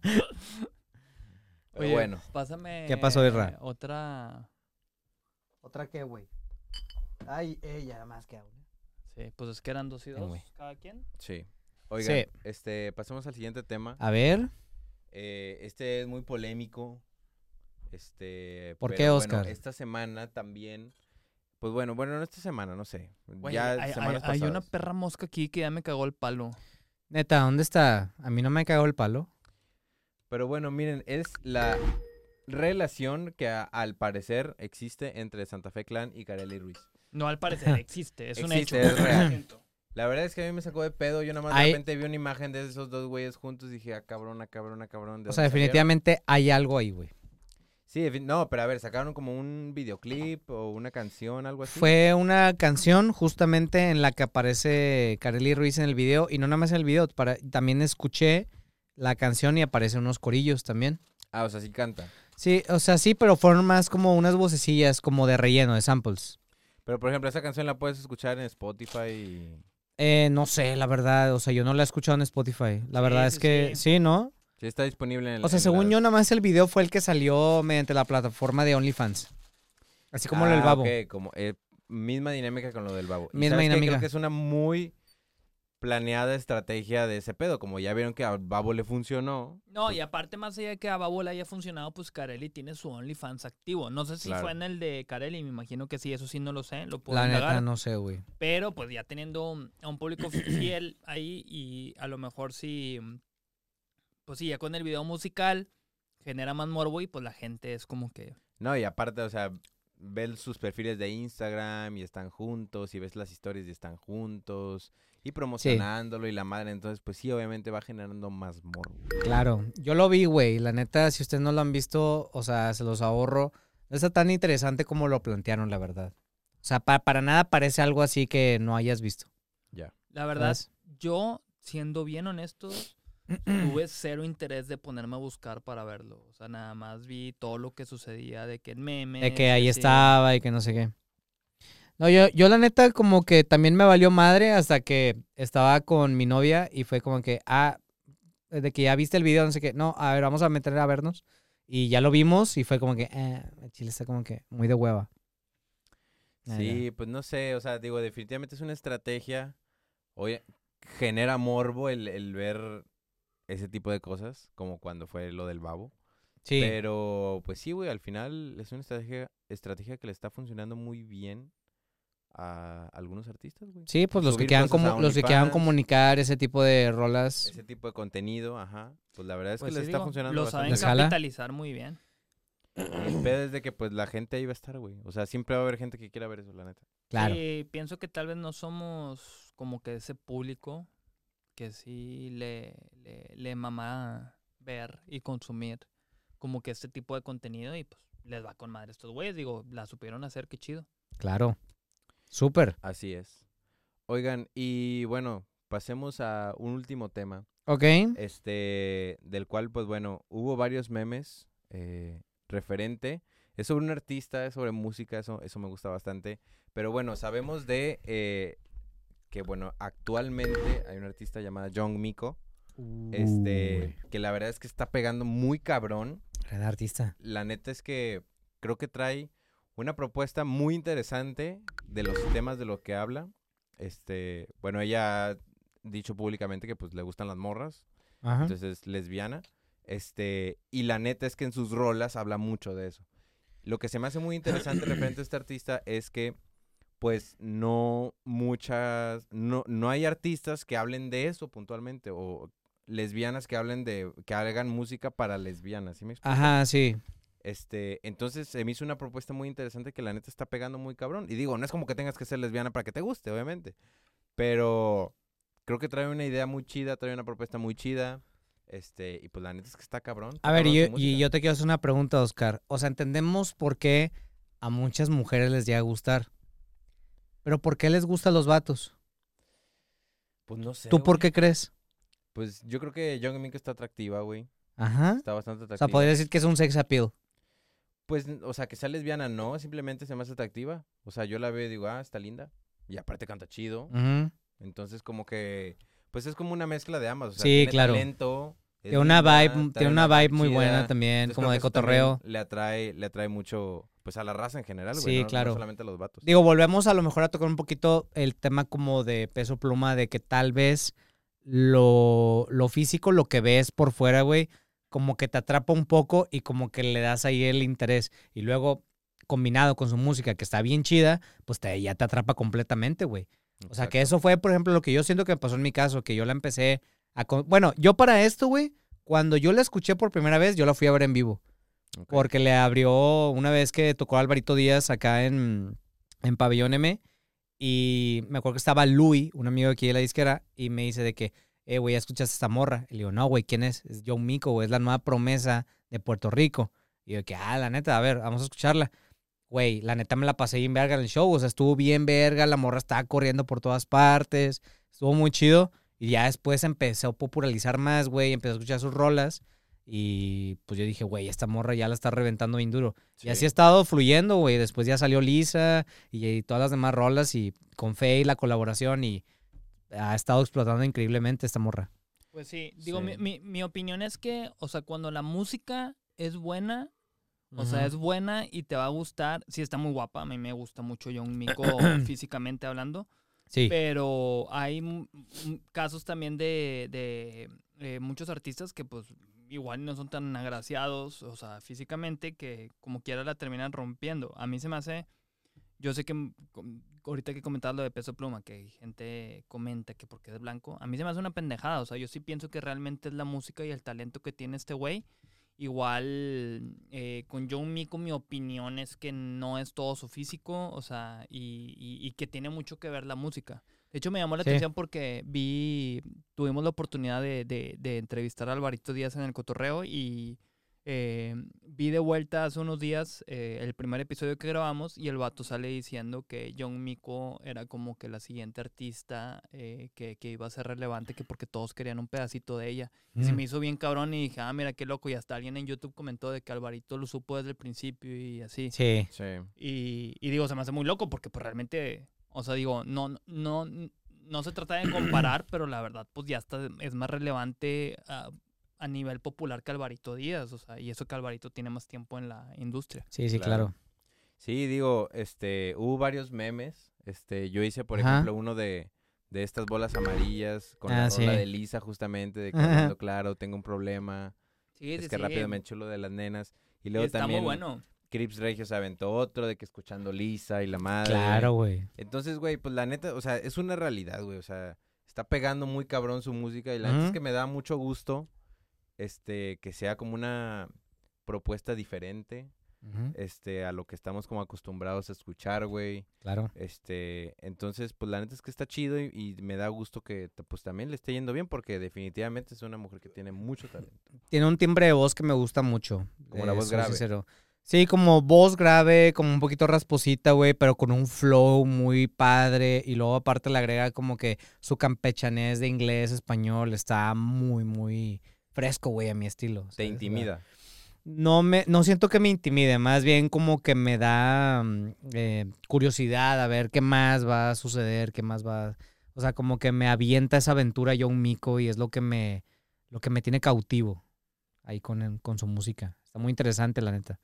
C: Pero
A: Oye,
C: bueno.
A: Pásame.
B: ¿Qué pasó, Isra?
A: Otra.
B: ¿Otra qué, güey? Ay, ella, más que aún.
A: Sí, pues es que eran dos y
B: Eh,
A: dos
B: güey.
A: cada quien.
C: Sí. Oigan,
B: Sí. Ah.
C: este, pasemos al siguiente tema.
B: A ver.
C: Eh, este es muy polémico. Este.
B: ¿Por
C: pero
B: qué,
C: bueno,
B: Oscar?
C: esta semana también. Pues bueno, bueno, no esta semana, no sé.
A: Güey,
C: ya
A: hay, hay-
C: semanas
A: hay una
C: pasadas.
A: perra mosca aquí que ya me cagó el palo.
B: Neta, ¿dónde está? A mí no me cagó el palo.
C: Pero bueno, miren, es la relación que a- al parecer existe entre Santa Fe Clan y Kareli Ruiz.
A: No, al parecer existe, es un hecho.
C: Existe, es real. La verdad es que a mí me sacó de pedo. Yo nada más de
B: Ay.
C: repente vi una imagen de esos dos güeyes juntos y dije, ah, cabrón, ah, cabrón, ah, cabrón. ¿de
B: O sea,
C: dónde salieron?
B: definitivamente hay algo ahí, güey.
C: Sí, defi- no, pero a ver, sacaron como un videoclip o una canción, algo así.
B: Fue una canción justamente en la que aparece Kareli Ruiz en el video. Y no nada más en el video, para, también escuché la canción y aparecen unos corillos también.
C: Ah, o sea, sí canta.
B: Sí, o sea, sí, pero fueron más como unas vocecillas como de relleno, de samples.
C: Pero por ejemplo, esa canción la puedes escuchar en Spotify y.
B: Eh, no sé, la verdad, o sea, yo no la he escuchado en Spotify. La
A: Sí,
B: verdad
A: sí,
B: es que
A: sí.
B: sí, ¿no?
C: Sí, está disponible en
B: O sea,
C: en
B: según
C: las-
B: yo, nada más el video fue el que salió mediante la plataforma de OnlyFans. Así Este, como lo del
C: Ah,
B: babo.
C: ok, como, eh, misma dinámica con lo del babo. Y
B: Misma
C: ¿sabes qué? Creo
B: dinámica.
C: que es una muy planeada estrategia de ese pedo. Como ya vieron que al babo le funcionó.
A: No, y aparte, más allá de que a Babola haya funcionado, pues Carelli tiene su OnlyFans activo. No sé si
C: Claro.
A: fue en el de Carelli, me imagino que sí, eso sí no lo sé, lo puedo
B: La neta,
A: indagar.
B: no sé, güey.
A: Pero pues ya teniendo un- a un público fiel ahí y a lo mejor sí, pues sí, ya con el video musical genera más morbo y pues la gente es como que...
C: No, y aparte, o sea, ves sus perfiles de Instagram y están juntos, y ves las historias y están juntos, y promocionándolo y la madre. Entonces, pues sí, obviamente va generando más morbo.
B: Claro, yo lo vi, güey. La neta, si ustedes no lo han visto, o sea, se los ahorro. No está tan interesante como lo plantearon, la verdad. O sea, pa- para nada parece algo así que no hayas visto.
C: Ya.
A: La verdad,
B: ¿sabes?
A: yo, siendo bien honesto, tuve cero interés de ponerme a buscar para verlo. O sea, nada más vi todo lo que sucedía de que el meme...
B: De que ahí estaba y que no sé qué. No, yo, yo la neta como que también me valió madre hasta que estaba con mi novia y fue como que, ah, de que ya viste el video, no sé qué. No, a ver, vamos a meter a vernos. Y ya lo vimos y fue como que, eh, el chile está como que muy de hueva. Ah,
C: Sí, pues no sé, o sea, digo, definitivamente es una estrategia. Oye, genera morbo el, el ver ese tipo de cosas, como cuando fue lo del babo.
B: Sí.
C: Pero, pues sí, güey, al final es una estrategia, estrategia que le está funcionando muy bien a algunos artistas, güey.
B: Sí, pues los que
C: subir
B: quedan
C: cosas a
B: como los que quedan
C: OnlyFans.
B: comunicar ese tipo de rolas.
C: Ese tipo de contenido, ajá. Pues la verdad es
A: Pues
C: que le
A: sí,
C: está
A: digo,
C: funcionando
A: Lo
C: bastante.
A: saben
B: ¿Les jala?
A: capitalizar muy bien.
C: El pedo es de que, pues, la gente ahí va a estar, güey. O sea, siempre va a haber gente que quiera ver eso, la neta.
A: Eh,
B: Claro.
A: Sí, pienso que tal vez no somos como que ese público que sí le, le, le mamá ver y consumir como que este tipo de contenido y pues les va con madre estos güeyes. Digo, la supieron hacer, qué chido.
B: Claro. Súper.
C: Así es. Oigan, y bueno, pasemos a un último tema.
B: Ok.
C: Este, del cual, pues bueno, hubo varios memes eh, referente. Es sobre un artista, es sobre música, eso, eso me gusta bastante. Pero bueno, sabemos de eh, que, bueno, actualmente hay un artista llamada Young Miko. Este, que la verdad es que está pegando muy cabrón.
B: Gran artista.
C: La neta es que creo que trae una propuesta muy interesante de los temas de lo que habla. Este, bueno, ella ha dicho públicamente que pues le gustan las morras,
B: Ajá.
C: entonces es lesbiana. Este, y la neta es que en sus rolas habla mucho de eso. Lo que se me hace muy interesante referente a este artista es que pues no muchas no no hay artistas que hablen de eso puntualmente o lesbianas que hablen de que hagan música para lesbianas, ¿sí me explico?
B: Ajá, sí.
C: Este, entonces se me hizo una propuesta muy interesante que la neta está pegando muy cabrón. Y digo, no es como que tengas que ser lesbiana para que te guste, obviamente. Pero creo que trae una idea muy chida, trae una propuesta muy chida. Este, y pues la neta es que está cabrón. está
B: A ver,
C: cabrón
B: y yo,
C: su
B: y
C: música.
B: yo te quiero hacer una pregunta, Oscar. O sea, entendemos por qué a muchas mujeres les llega a gustar. Pero ¿por qué les gustan los vatos?
C: Pues no sé.
B: ¿Tú por
C: güey.
B: qué crees?
C: Pues yo creo que Young Mink está atractiva, güey.
B: Ajá.
C: Está bastante atractiva.
B: O sea, podría decir que es un sex appeal.
C: Pues, o sea, que sea lesbiana, no, simplemente se me hace atractiva. O sea, yo la veo y digo, ah, está linda. Y aparte canta chido.
B: Ujú.
C: Entonces, como que, pues es como una mezcla de ambas. O sea,
B: Sí,
C: tiene
B: claro.
C: talento, es
B: Tiene una
C: linda,
B: vibe,
C: trae
B: tiene una vibe muy
C: chida.
B: buena también,
C: Entonces,
B: como
C: creo
B: de
C: que eso también
B: cotorreo.
C: Le atrae, le atrae mucho, pues a la raza en general, güey.
B: Sí,
C: no- no
B: claro.
C: solamente a los vatos.
B: Digo, volvemos a lo mejor a tocar un poquito el tema como de peso pluma, de que tal vez lo, lo físico, lo que ves por fuera, güey, como que te atrapa un poco y como que le das ahí el interés. Y luego, combinado con su música, que está bien chida, pues te, ya te atrapa completamente, güey. O sea, que
C: Exacto.
B: eso fue, por ejemplo, lo que yo siento que me pasó en mi caso, que yo la empecé a... con- Bueno, yo para esto, güey, cuando yo la escuché por primera vez, yo la fui a ver en vivo.
C: Ok.
B: Porque le abrió una vez que tocó Alvarito Díaz acá en, en Pabellón M. Y me acuerdo que estaba Luis, un amigo aquí de la disquera, y me dice de que, eh, güey, ¿ya escuchaste esta morra? Y le digo, no, güey, ¿quién es? Es John Mico, güey, es la nueva promesa de Puerto Rico. Y yo, que, ah, la neta, a ver, vamos a escucharla. Güey, la neta me la pasé bien verga en el show, o sea, estuvo bien verga, la morra estaba corriendo por todas partes, estuvo muy chido. Y ya después empezó a popularizar más, güey, empecé a escuchar sus rolas. Y pues yo dije, güey, esta morra ya la está reventando bien duro.
C: Sí.
B: Y así ha estado fluyendo, güey. Después ya salió Lisa y, y todas las demás rolas y con Faye la colaboración y ha estado explotando increíblemente esta morra.
A: Pues sí, digo,
C: Sí.
A: Mi, mi, mi opinión es que, o sea, cuando la música es buena, o sea,
B: Ujú.
A: es buena y te va a gustar, sí está muy guapa, a mí me gusta mucho Young Miko físicamente hablando,
B: Sí.
A: pero hay m- m- casos también de, de, eh, muchos artistas que pues igual no son tan agraciados, o sea, físicamente, que como quiera la terminan rompiendo. A mí se me hace, yo sé que mm, com- ahorita que comentabas lo de peso pluma, que gente comenta que porque es blanco, a mí se me hace una pendejada, o sea, yo sí pienso que realmente es la música y el talento que tiene este güey. Igual eh, con John Miko mi opinión es que no es todo su físico, o sea, y, y- y que tiene mucho que ver la música. De hecho, me llamó la
B: Sí.
A: atención porque vi, tuvimos la oportunidad de, de- de entrevistar a Alvarito Díaz en el cotorreo y eh, vi de vuelta hace unos días eh, el primer episodio que grabamos y el vato sale diciendo que John Miko era como que la siguiente artista eh, que, que iba a ser relevante, que porque todos querían un pedacito de ella. Y se
B: Mm.
A: me hizo bien cabrón y dije, ah, mira qué loco. Y hasta alguien en YouTube comentó de que Alvarito lo supo desde el principio y así.
B: Sí.
C: Sí.
A: Y, y digo, se me hace muy loco porque pues realmente, o sea, digo, no, no, no, no se trata de comparar, pero la verdad, pues ya está, es más relevante a, a nivel popular que Alvarito Díaz. O sea, y eso que Alvarito tiene más tiempo en la industria.
B: Sí, sí,
C: Claro.
B: claro.
C: Sí, digo, este, hubo varios memes. Este, yo hice, por
B: Ajá.
C: ejemplo, uno de, de estas bolas amarillas con la
B: Ah,
C: rola
B: sí.
C: de Lisa, justamente, de que
B: Ajá.
C: hablando claro, tengo un problema.
A: Sí,
C: es que rápido me enchulo de las nenas. Y luego
A: está
C: también
A: muy bueno.
C: Crips Regio se aventó otro de que escuchando Lisa y la madre.
B: Claro, güey.
C: Entonces, güey, pues la neta, o sea, es una realidad, güey. O sea, está pegando muy cabrón su música y la neta es
B: Ujú.
C: que me da mucho gusto este, que sea como una propuesta diferente.
B: Ujú,
C: este, a lo que estamos como acostumbrados a escuchar, güey.
B: Claro.
C: Este, entonces, pues la neta es que está chido y, y me da gusto que t- pues también le esté yendo bien porque definitivamente es una mujer que tiene mucho talento.
B: Tiene un timbre de voz que me gusta mucho. eh,
C: Como la voz
B: soy
C: grave.
B: sincero. Sí, como voz grave, como un poquito rasposita, güey, pero con un flow muy padre. Y luego aparte le agrega como que su campechanés de inglés, español, está muy, muy fresco, güey, a mi estilo.
C: Te
B: ¿sabes?
C: intimida.
B: No me, no siento que me intimide, más bien como que me da mm, eh, curiosidad a ver qué más va a suceder, qué más va. O sea, como que me avienta esa aventura yo un mico y es lo que me, lo que me tiene cautivo ahí con, el- con su música. Está muy interesante, la neta.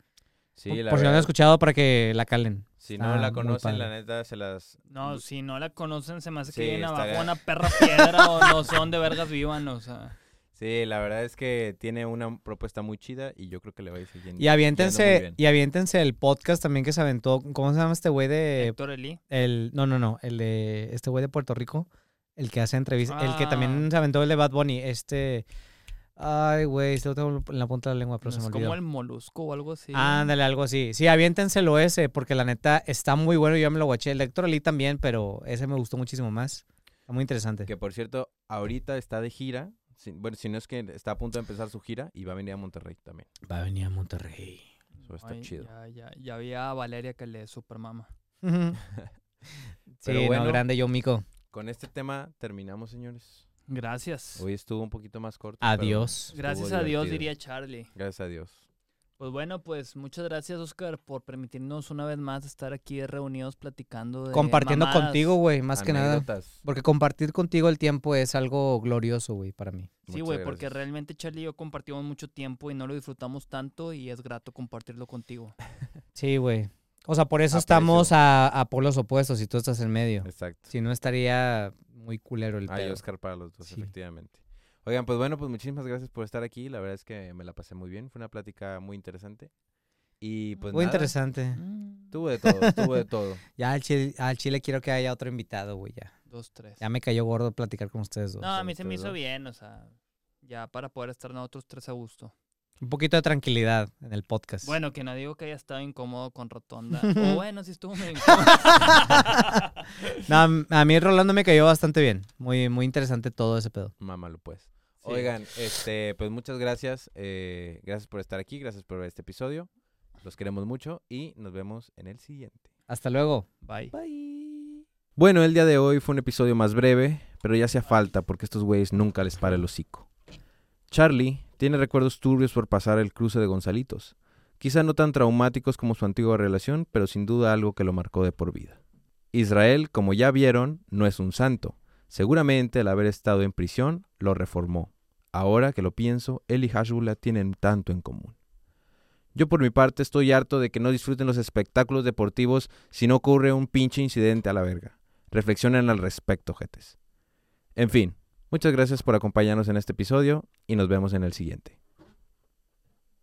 C: Sí,
B: por
C: la
B: por si no la han
C: verdad,
B: escuchado, para que la calen.
C: si no
B: está
C: la
B: muy
C: conocen, la
B: padre.
C: neta se las
A: No, si no la conocen, se me hace que
C: Pues Sí,
A: viven
C: está
A: abajo
C: gacho.
A: una perra piedra o no sé dónde vergas vivan, o sea.
C: Sí, la verdad es que tiene una propuesta muy chida y yo creo que le va a ir siguiendo.
B: Y aviéntense,
C: bien.
B: y aviéntense el podcast también que se aventó. ¿Cómo se llama este güey
C: Eh,
B: de
A: Héctor Elí.
B: El, no, no, no, el de este güey de Puerto Rico, el que hace entrevistas, el que también
A: Ah.
B: se aventó el de Bad Bunny, este, ay, güey, se lo tengo en la punta de la lengua, pero
A: No
B: se me
A: es
B: olvidó.
A: como el molusco o algo así.
B: Ándale, algo así. Sí, aviéntenselo ese, porque la neta está muy bueno, yo ya me lo guaché. El de Héctor Ali también, pero ese me gustó muchísimo más. Está muy interesante.
C: Que por cierto, ahorita está de gira. si- bueno, si no es que está a punto de empezar su gira y va a venir a Monterrey también.
B: Va a venir a Monterrey.
C: Eso está
A: Ay,
C: chido.
A: Ya, ya, ya había a Valeria que le supermama.
B: sí,
C: Pero
B: no,
C: bueno.
B: grande yo, Mico.
C: Con este tema terminamos, señores.
A: Gracias.
C: Hoy estuvo un poquito más corto. pero
B: Adiós.
C: estuvo
A: Gracias a Dios,
C: divertido.
A: diría Charlie.
C: Gracias a Dios.
A: Pues bueno, pues muchas gracias, Oscar, por permitirnos una vez más estar aquí reunidos platicando de
B: Compartiendo
A: mamadas.
B: contigo, güey, más que nada.
C: Anécdotas.
B: Porque compartir contigo el tiempo es algo glorioso, güey, para mí.
A: Sí,
C: Muchas
A: güey, porque
C: gracias.
A: realmente Charlie y yo compartimos mucho tiempo y no lo disfrutamos tanto y es grato compartirlo contigo.
B: Sí, güey. O sea, por eso
C: Aprecio.
B: estamos a, a polos opuestos y tú estás en medio.
C: Exacto.
B: Si no, estaría muy culero el
C: Hay
B: pedo.
C: Oscar para los dos,
B: Sí.
C: efectivamente. Oigan, pues bueno, pues muchísimas gracias por estar aquí. La verdad es que me la pasé muy bien. Fue una plática muy interesante. Y pues
B: Muy
C: nada,
B: interesante.
A: Mm,
C: Tuvo de todo, tuvo de todo.
B: Ya al chile, al chile quiero que haya otro invitado, güey, ya.
A: Dos, tres.
B: Ya me cayó gordo platicar con ustedes dos.
A: no, a mí
C: ustedes
A: se me hizo
C: dos.
A: bien, o sea, ya para poder estar nosotros tres a gusto.
B: Un poquito de tranquilidad en el podcast.
A: Bueno, que no digo que haya estado incómodo con Rotonda. o bueno, sí estuvo medio incómodo.
B: No, a mí Rolando me cayó bastante bien. Muy, muy interesante todo ese pedo.
C: Mámalo pues. Oigan, este, pues muchas gracias. eh, gracias por estar aquí, gracias por ver este episodio. Los queremos mucho y nos vemos en el siguiente.
B: Hasta luego.
A: Bye.
C: Bye. Bueno, el día de hoy fue un episodio más breve, pero ya hacía falta porque estos güeyes nunca les para el hocico. Charlie tiene recuerdos turbios por pasar el cruce de Gonzalitos. Quizá no tan traumáticos como su antigua relación, pero sin duda algo que lo marcó de por vida. Israel, como ya vieron, no es un santo. Seguramente al haber estado en prisión, lo reformó. Ahora que lo pienso, él y Hashbula tienen tanto en común. Yo por mi parte estoy harto de que no disfruten los espectáculos deportivos si no ocurre un pinche incidente a la verga. Reflexionen al respecto, jetes. En fin, muchas gracias por acompañarnos en este episodio y nos vemos en el siguiente.